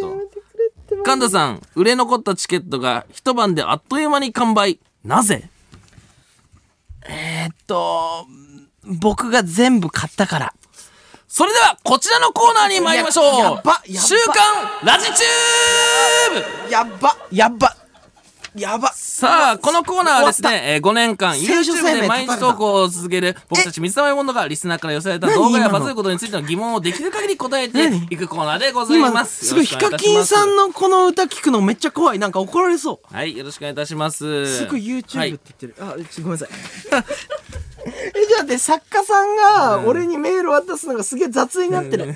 Speaker 1: カンタさん売れ残ったチケットが一晩であっという間に完売なぜ
Speaker 2: えっと僕が全部買ったから
Speaker 1: それではこちらのコーナーに参りましょう
Speaker 2: ややっばやっば
Speaker 1: 週刊ラジチューブ
Speaker 2: やっばやっばやば
Speaker 1: さあ、このコーナーはです
Speaker 2: 終
Speaker 1: ね、えー5年間
Speaker 2: 選手生命
Speaker 1: YouTube で毎日投稿を続ける僕たち水溜りボンドがリスナーから寄せられた動画
Speaker 2: 何今
Speaker 1: や
Speaker 2: の
Speaker 1: バズることについての疑問をできる限り答えて
Speaker 2: 何
Speaker 1: いくコーナーでございま
Speaker 2: 今
Speaker 1: す。
Speaker 2: すごいヒカキンさん
Speaker 1: の。
Speaker 2: のこの歌聞くのめっちゃ怖いなんか怒られそ
Speaker 1: はい、よろしくお願いいたします。
Speaker 2: うすごい
Speaker 1: は
Speaker 2: YouTube っ
Speaker 1: い
Speaker 2: て言ってる、あちょごめんなさい えじゃあで作家さんが俺にメール渡すのがすげえ雑になってる、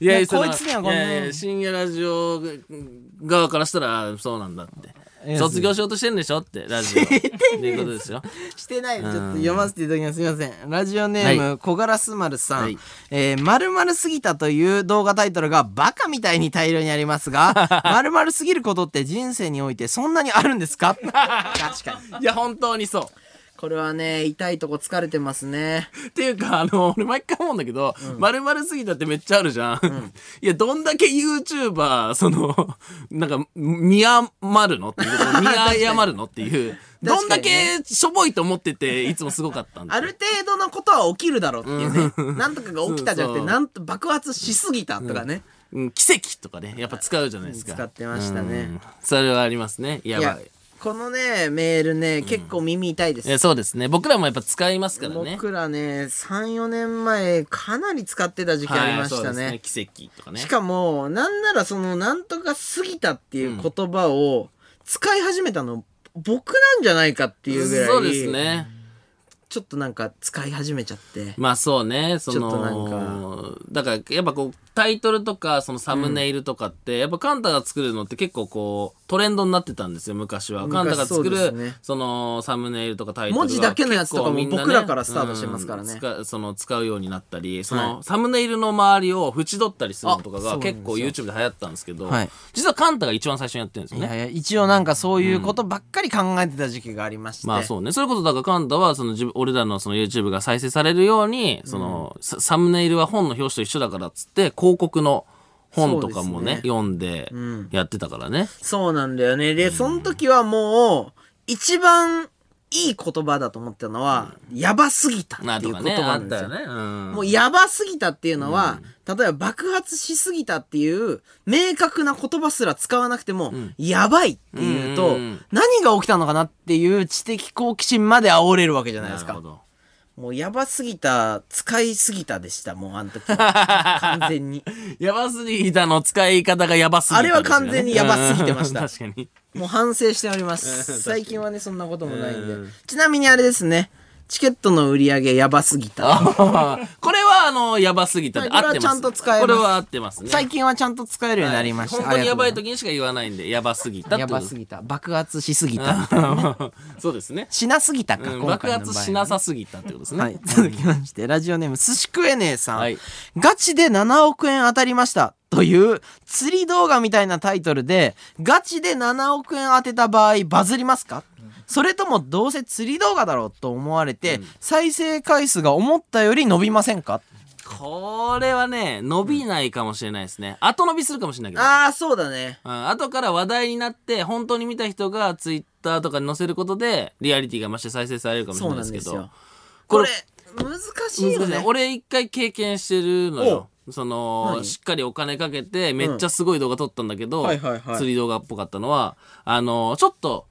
Speaker 1: いやいや、
Speaker 2: こい
Speaker 1: その
Speaker 2: つにはごめん
Speaker 1: いやいや深夜ラジオ側からしたら、そうなんだって。
Speaker 2: や
Speaker 1: 卒業しようとしてんでしょって、ラジオ。っていうことですよ。
Speaker 2: してないちょっと読ませていただきますすいませんラジオネーム、
Speaker 1: は
Speaker 2: 小ガラス丸さん「
Speaker 1: はい
Speaker 2: えー、〇〇すぎた」という動画タイトルがバカみたいに大量にあります が〇〇すぎることって人生においてそんなにあるんですか 確かに
Speaker 1: いや、本当にそう。
Speaker 2: これはね痛いとこ疲れてますね
Speaker 1: っていうか、あの、俺毎回思うんだけど、丸々すぎたってめっちゃあるじゃん。いや、どんだけ YouTuber、その、なんか、見余るのっていう こと、見誤るのっていう。
Speaker 2: 確か
Speaker 1: どん
Speaker 2: にね
Speaker 1: だけしょぼいと思ってて、いつもすごかったんだ。
Speaker 2: ある程度のことは起きるだろうっていうねなんとかが起きたじゃな
Speaker 1: そうそ
Speaker 2: くて
Speaker 1: う
Speaker 2: なんと爆発しすぎたとかね、
Speaker 1: うん、奇跡とかね、やっぱ使うじゃないですか。
Speaker 2: 使ってましたね
Speaker 1: うん。それはありますね。や
Speaker 2: い
Speaker 1: ば
Speaker 2: や
Speaker 1: い。い
Speaker 2: このねメールね結構耳痛いです、
Speaker 1: やそうですね。僕らもやっぱ使いますからね。
Speaker 2: 僕らね34年前かなり使ってた時期ありました
Speaker 1: はいそ
Speaker 2: ね,、
Speaker 1: うですね奇跡とかね
Speaker 2: し。かもなんならその「なんとか過ぎた」っていう言葉を使い始めたの僕なんじゃないかっていうぐらい
Speaker 1: そうですね。
Speaker 2: ちょっとなんか使い始めちゃって
Speaker 1: まあそうね、その、
Speaker 2: ちょっとな
Speaker 1: だからやっぱこう、タイトルとか、そのサムネイルとかって、やっぱカンタが作るのって結構こう、トレンドになってたんですよ、昔は。カンタが作る、
Speaker 2: そう
Speaker 1: そ,、
Speaker 2: ですね
Speaker 1: の、サムネイルとかタイトルは
Speaker 2: 文字だけのやつとかも
Speaker 1: 結構みんな
Speaker 2: 僕らからスタートしてますからね
Speaker 1: うん使その、使うようになったり、その、
Speaker 2: は
Speaker 1: サムネイルの周りを縁取ったりするのとか
Speaker 2: あそ
Speaker 1: が
Speaker 2: うなんです
Speaker 1: 結
Speaker 2: よ
Speaker 1: 構 YouTube で流行ったんですけど、
Speaker 2: はい
Speaker 1: 実はカンタが一番最初にやってるんですよね
Speaker 2: いや。いや一応なんかそういうことばっかり考えてた時期がありまして、
Speaker 1: まあそうね。それこそ、だから、カンタは、その、自分、俺らのその YouTube が再生されるように、その、ササムネイルは本の表紙と一緒だからっつって、広告の本とかもね、
Speaker 2: そうです
Speaker 1: 読んで、やってたからね。
Speaker 2: そうなんだよねでその時はもう一番いい言葉だと思ったのは「やばすぎた」って
Speaker 1: ないと
Speaker 2: う言
Speaker 1: か
Speaker 2: 葉
Speaker 1: ね、
Speaker 2: な
Speaker 1: あ
Speaker 2: ん
Speaker 1: っ
Speaker 2: で
Speaker 1: た
Speaker 2: すよ
Speaker 1: よね。うん。
Speaker 2: もうやばすぎたっていうのは、例えば爆発しすぎたっていう明確な言葉すら使わなくても、やばいっていうと、
Speaker 1: うんうんうん
Speaker 2: 何が起きたのかなっていう知的好奇心まで煽れるわけじゃないです
Speaker 1: なるほ。
Speaker 2: か
Speaker 1: ど。
Speaker 2: もうやばすぎた、使いすぎたでした、もう あの時は。完全に。
Speaker 1: やばすぎたの使い方がやばすぎた、
Speaker 2: あれは完全にやばすぎてました
Speaker 1: うん 確かに。
Speaker 2: もう反省してお ります。最近はね、そんなこともないんで。ちなみにあれですね、チケットの売り上げやばすぎた。
Speaker 1: これは、あの、やばすぎたで、
Speaker 2: はいこ
Speaker 1: 合って
Speaker 2: れは
Speaker 1: ます。
Speaker 2: ちゃんと使えます
Speaker 1: これは合ってますね。
Speaker 2: 最近はちゃんと使えるようになりました。
Speaker 1: 本当にやばい
Speaker 2: ありがとうご
Speaker 1: 時
Speaker 2: ざ
Speaker 1: にしか言わないんで、やばすぎたって
Speaker 2: や
Speaker 1: こと
Speaker 2: ば
Speaker 1: です
Speaker 2: すぎた。爆発しすぎた。
Speaker 1: そうですね。
Speaker 2: しなすぎたか、
Speaker 1: うん
Speaker 2: 今
Speaker 1: 爆
Speaker 2: 回の場合は
Speaker 1: 発しなさすぎたってことですね。
Speaker 2: はい、続きまして、ラジオネーム、寿司クエネーさん。
Speaker 1: はい
Speaker 2: ガチで7億円当たりました。という、釣り動画みたいなタイトルで、ガチで7億円当てた場合、バズりますかそれとも、どうせ釣り動画だろうと思われて、再生回数が思ったより伸びませんか
Speaker 1: これはね、伸びないかもしれないですね。後伸びするかもしれないけど。
Speaker 2: ああ、そうだね。
Speaker 1: うん、後から話題になって、本当に見た人がツイッターとかに載せることで、リアリティが増して再生されるかもしれ
Speaker 2: そう
Speaker 1: ないで
Speaker 2: なん
Speaker 1: す
Speaker 2: で
Speaker 1: け
Speaker 2: す
Speaker 1: ど
Speaker 2: よ。。これ
Speaker 1: こ、
Speaker 2: 難しい
Speaker 1: れ
Speaker 2: よ
Speaker 1: 難しい
Speaker 2: ね。
Speaker 1: 俺一回経験してるのよ。その
Speaker 2: 何
Speaker 1: しっかりお金かけてめっちゃすごい動画撮ったんだけど、
Speaker 2: はいはいはい
Speaker 1: 釣り動画っぽかったのはあのちょっと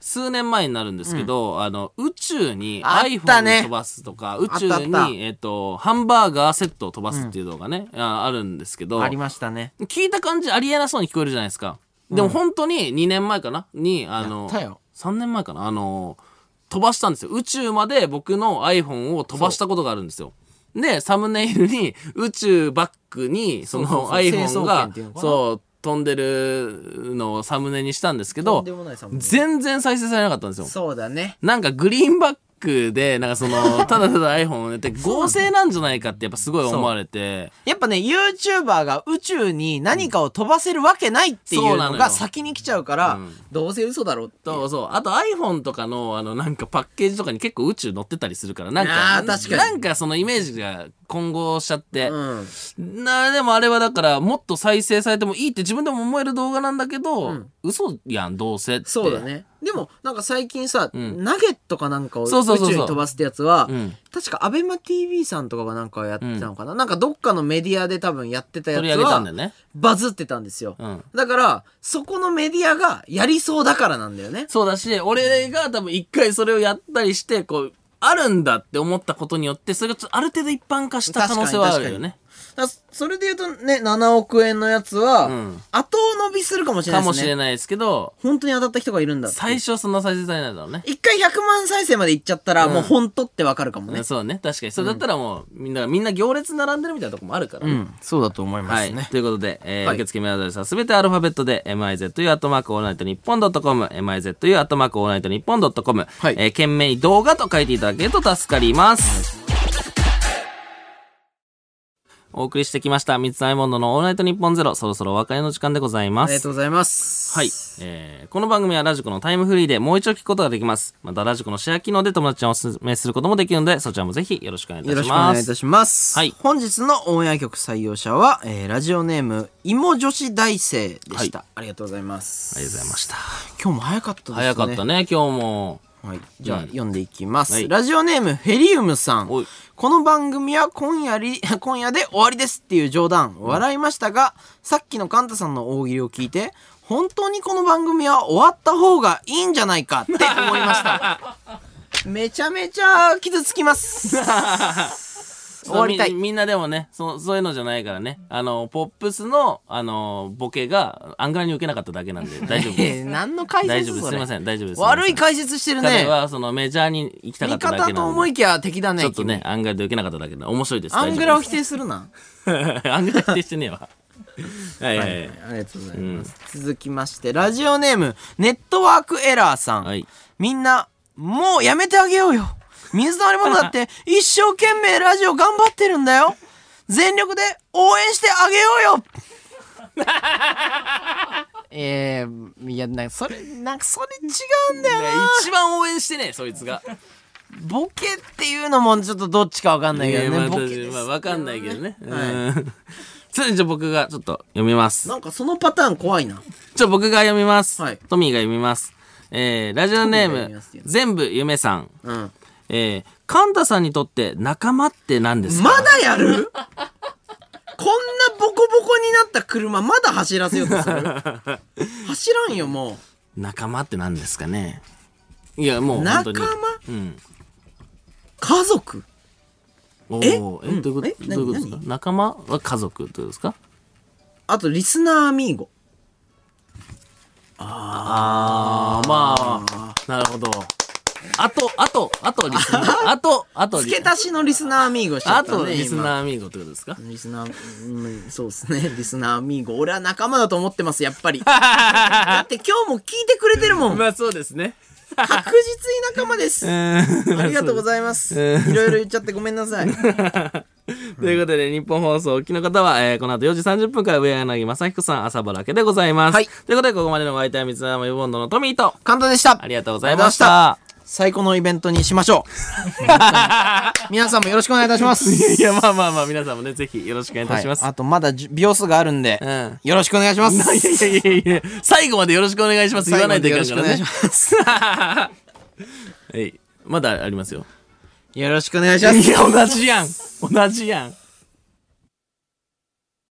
Speaker 1: 数年前になるんですけど、あの宇宙に
Speaker 2: あったね
Speaker 1: iPhone を飛ばすとか、宇
Speaker 2: あっ
Speaker 1: 宙
Speaker 2: たあった
Speaker 1: に、えっとハンバーガーセットを飛ばすっていう動画ね、ああるんですけど
Speaker 2: ありましたね
Speaker 1: 聞いた感じありえなそうに聞こえるじゃないですか。でも本当に2年前かなに、あ
Speaker 2: や
Speaker 1: の
Speaker 2: ったよ、
Speaker 1: 3年前かなあの、飛ばしたんですよ。宇宙まで僕の iPhone を飛ばしたことがあるんですよ。で、サムネイルに宇宙バックにそ
Speaker 2: そうそう
Speaker 1: の
Speaker 2: そう
Speaker 1: iPhone
Speaker 2: 成層圏
Speaker 1: が
Speaker 2: っていうのかな
Speaker 1: そう飛んでるのをサムネにしたんですけど
Speaker 2: とんでもないサムネ
Speaker 1: 全然再生されなかったんですよ。
Speaker 2: そうだね
Speaker 1: なんかグリーンバックでなんかそ のただただ iPhone って合成なんじゃないかってやっぱすごい思われて。
Speaker 2: やっぱね YouTuber が宇宙に何かを飛ばせるわけないってい
Speaker 1: そううな
Speaker 2: の
Speaker 1: の
Speaker 2: が
Speaker 1: よ
Speaker 2: 先に来ちゃうから、どうせ嘘だろっていう
Speaker 1: そうそう。あと iPhone とかの、あの、なんかパッケージとかに結構宇宙乗ってたりするから、なんか、
Speaker 2: あー確かに
Speaker 1: なんかそのイメージが混合しちゃって。
Speaker 2: うん
Speaker 1: な、でもあれはだから、もっと再生されてもいいって自分でも思える動画なんだけど、嘘やん、どうせって。
Speaker 2: そうだ。ねでもなんか最近さ、
Speaker 1: ん
Speaker 2: ナゲットかなんかを宇
Speaker 1: そうそうそうそう
Speaker 2: 宙に飛ばすってやつは
Speaker 1: うん
Speaker 2: 確かアベマ t v さんとかがなんかやってたのかな、なんかどっかのメディアで多分やってたやつ
Speaker 1: 取り上げたんだよ
Speaker 2: は
Speaker 1: ね。
Speaker 2: バズってたんですよ、
Speaker 1: うん
Speaker 2: だからそこのメディアがやりそうだからなんだよね
Speaker 1: そうだし、俺が多分一回それをやったりして、こう、あるんだって思ったことによって、それがちょっとある程度一般化した可能性はあるよね。
Speaker 2: だそれで言うとね7億円のやつは、
Speaker 1: うん
Speaker 2: 後伸びするかもしれな
Speaker 1: か
Speaker 2: いで
Speaker 1: も
Speaker 2: す
Speaker 1: し
Speaker 2: ね
Speaker 1: れないですけど、
Speaker 2: 本当に当たった人がいるんだって
Speaker 1: 最初はそんな再生されないだろうね。
Speaker 2: 一回100万再生までいっちゃったら、もう本当ってわかるかもね、
Speaker 1: そうね確かにそれだったらもう、みんなみんな行列並んでるみたいなとこもあるからね、
Speaker 2: そうだと思いま
Speaker 1: はい、ということで、えー
Speaker 2: はい
Speaker 1: 受付メールアドレスはすべてアルファベットで mizu アットマークオールナイトニッポンドットコム mizu アットマークオールナイトニッポンドットコム、
Speaker 2: はい
Speaker 1: えー懸命に動画と書いていただけると助かります、お送りしてきました三つアイモンドのオールナイトニッポンゼロそろそろお別れの時間でございま
Speaker 2: あり
Speaker 1: す
Speaker 2: がとうございます
Speaker 1: はい、えーこの番組はラジコのタイムフリーでもう一度聞くことができますまたラジコのシェア機能で友達におすすめすることもできるのでそちらもぜひよろしくお願いいた
Speaker 2: よろ
Speaker 1: し
Speaker 2: しくお願
Speaker 1: ま
Speaker 2: いい
Speaker 1: す
Speaker 2: たします。
Speaker 1: はい
Speaker 2: 本日のオンエア曲採用者は、えーラジオネーム、芋女子大生でした、
Speaker 1: は
Speaker 2: ありがとうございます。
Speaker 1: ありがとうございました
Speaker 2: 今日も早かったですね。
Speaker 1: 早かった
Speaker 2: ね。
Speaker 1: ね今日も
Speaker 2: はい、じゃあ、
Speaker 1: うん
Speaker 2: 読んでいきます、
Speaker 1: はい
Speaker 2: ラジオネーム、フェリウムさん。
Speaker 1: おい
Speaker 2: この番組は今夜り 今夜で終わりですっていう冗談、笑いましたが、さっきのカンタさんの大喜利を聞いて、本当にこの番組は終わった方がいいんじゃないかって思いました。 めちゃめちゃ傷つきます。終わりたい
Speaker 1: みみんなでもねそそういうのじゃないからねあのポップスのあのボケがアングラに受けなかっただけ なんで大丈夫
Speaker 2: え
Speaker 1: で
Speaker 2: ー
Speaker 1: す
Speaker 2: 何の解説
Speaker 1: 大丈夫です
Speaker 2: そ
Speaker 1: す
Speaker 2: れ
Speaker 1: いません大丈夫です
Speaker 2: 悪い
Speaker 1: か
Speaker 2: 解説してる
Speaker 1: 彼
Speaker 2: ね。
Speaker 1: はそのメジャーに行きたかっ
Speaker 2: 味
Speaker 1: ただ
Speaker 2: 方
Speaker 1: けな
Speaker 2: と
Speaker 1: の
Speaker 2: 思
Speaker 1: で
Speaker 2: いきや敵だね。
Speaker 1: ちょっとねアングラで受けなかっただけなので面白いです
Speaker 2: 君。アングラを
Speaker 1: 大
Speaker 2: 否定するな。
Speaker 1: 丈夫ですアングラ否定してねえわはいはいはい
Speaker 2: ありがとうございます。続きまして、ラジオネーム、ネットワークエラーさん。
Speaker 1: はい
Speaker 2: みんな、もうやめてあげようよ。水溜りボンド だって、一生懸命ラジオ頑張ってるんだよ。全力で応援してあげよう よえー、いや、なんかそれ、なんかそれ違うんだよ
Speaker 1: ね
Speaker 2: な。
Speaker 1: 一番応援してねえそいつが
Speaker 2: ボケっていうのもちょっとどっちかわかんないけど
Speaker 1: いやま
Speaker 2: ね。
Speaker 1: あ
Speaker 2: ボケです
Speaker 1: まあわかんないけどね
Speaker 2: は
Speaker 1: うん それじゃあ僕がちょっと読みます
Speaker 2: なんかそのパターン怖いな。
Speaker 1: じゃあ僕が読みます。
Speaker 2: はい
Speaker 1: トミーが読みます。えー、ラジオネー
Speaker 2: トミーが読みま
Speaker 1: ム
Speaker 2: すよ、
Speaker 1: 全部夢さん。
Speaker 2: うん。
Speaker 1: えー、カンタさんにとって仲間って何ですか
Speaker 2: まだやるこんなボコボコになった車まだ走らせようとす る走らんよも
Speaker 1: 仲間って何ですかねいや、も
Speaker 2: う
Speaker 1: う本当
Speaker 2: 仲
Speaker 1: に。
Speaker 2: 間
Speaker 1: うん。
Speaker 2: 家族
Speaker 1: おー
Speaker 2: え
Speaker 1: えどういうこと
Speaker 2: え
Speaker 1: どういうことですか
Speaker 2: 何
Speaker 1: 仲間は家族ってことですか
Speaker 2: あとリスナーアミーゴ
Speaker 1: あー、まあ、なるほど。あと、あと、あとリスナ ー、あと、あとリ
Speaker 2: 付け足しのリスナーアミーゴしちゃ
Speaker 1: あ
Speaker 2: ったね
Speaker 1: とリス
Speaker 2: 今
Speaker 1: ナーアミーゴってことですか
Speaker 2: リスナー、うん、そうですね。リスナーアミーゴ。俺は仲間だと思ってます、や っぱり。だって今日も聞いてくれてるもん。
Speaker 1: まあそうです ね。
Speaker 2: 確実に仲間です。あ
Speaker 1: あ
Speaker 2: りがとうございます。いろいろ言っちゃってごめん なさい。
Speaker 1: ということで、日本放送お聞きの方は、えーこの後4時30分から上柳正彦さん、朝原家でございます。
Speaker 2: はい
Speaker 1: ということで、ここまでのお相手は水溜りボンドのトミーと、
Speaker 2: 簡単でした。
Speaker 1: ありがとうございまし
Speaker 2: あ
Speaker 1: た。
Speaker 2: りがとうございました。最高のイベントにしましょ う。皆さんもよろしくお願いいたします。
Speaker 1: いや、まあまあまあ、皆さんもね、ぜひよろしくお願いいたします。
Speaker 2: はいあとまだじゅ秒数があるんで、
Speaker 1: うん
Speaker 2: よろしくお願いします。
Speaker 1: いやいやいやいや、最後までよろしくお願いします。言わないといけないからね。
Speaker 2: 最後までよろしくお願いします。
Speaker 1: はい。まだありますよ。
Speaker 2: よろしくお願いします。
Speaker 1: いや、同じやん。同じやん。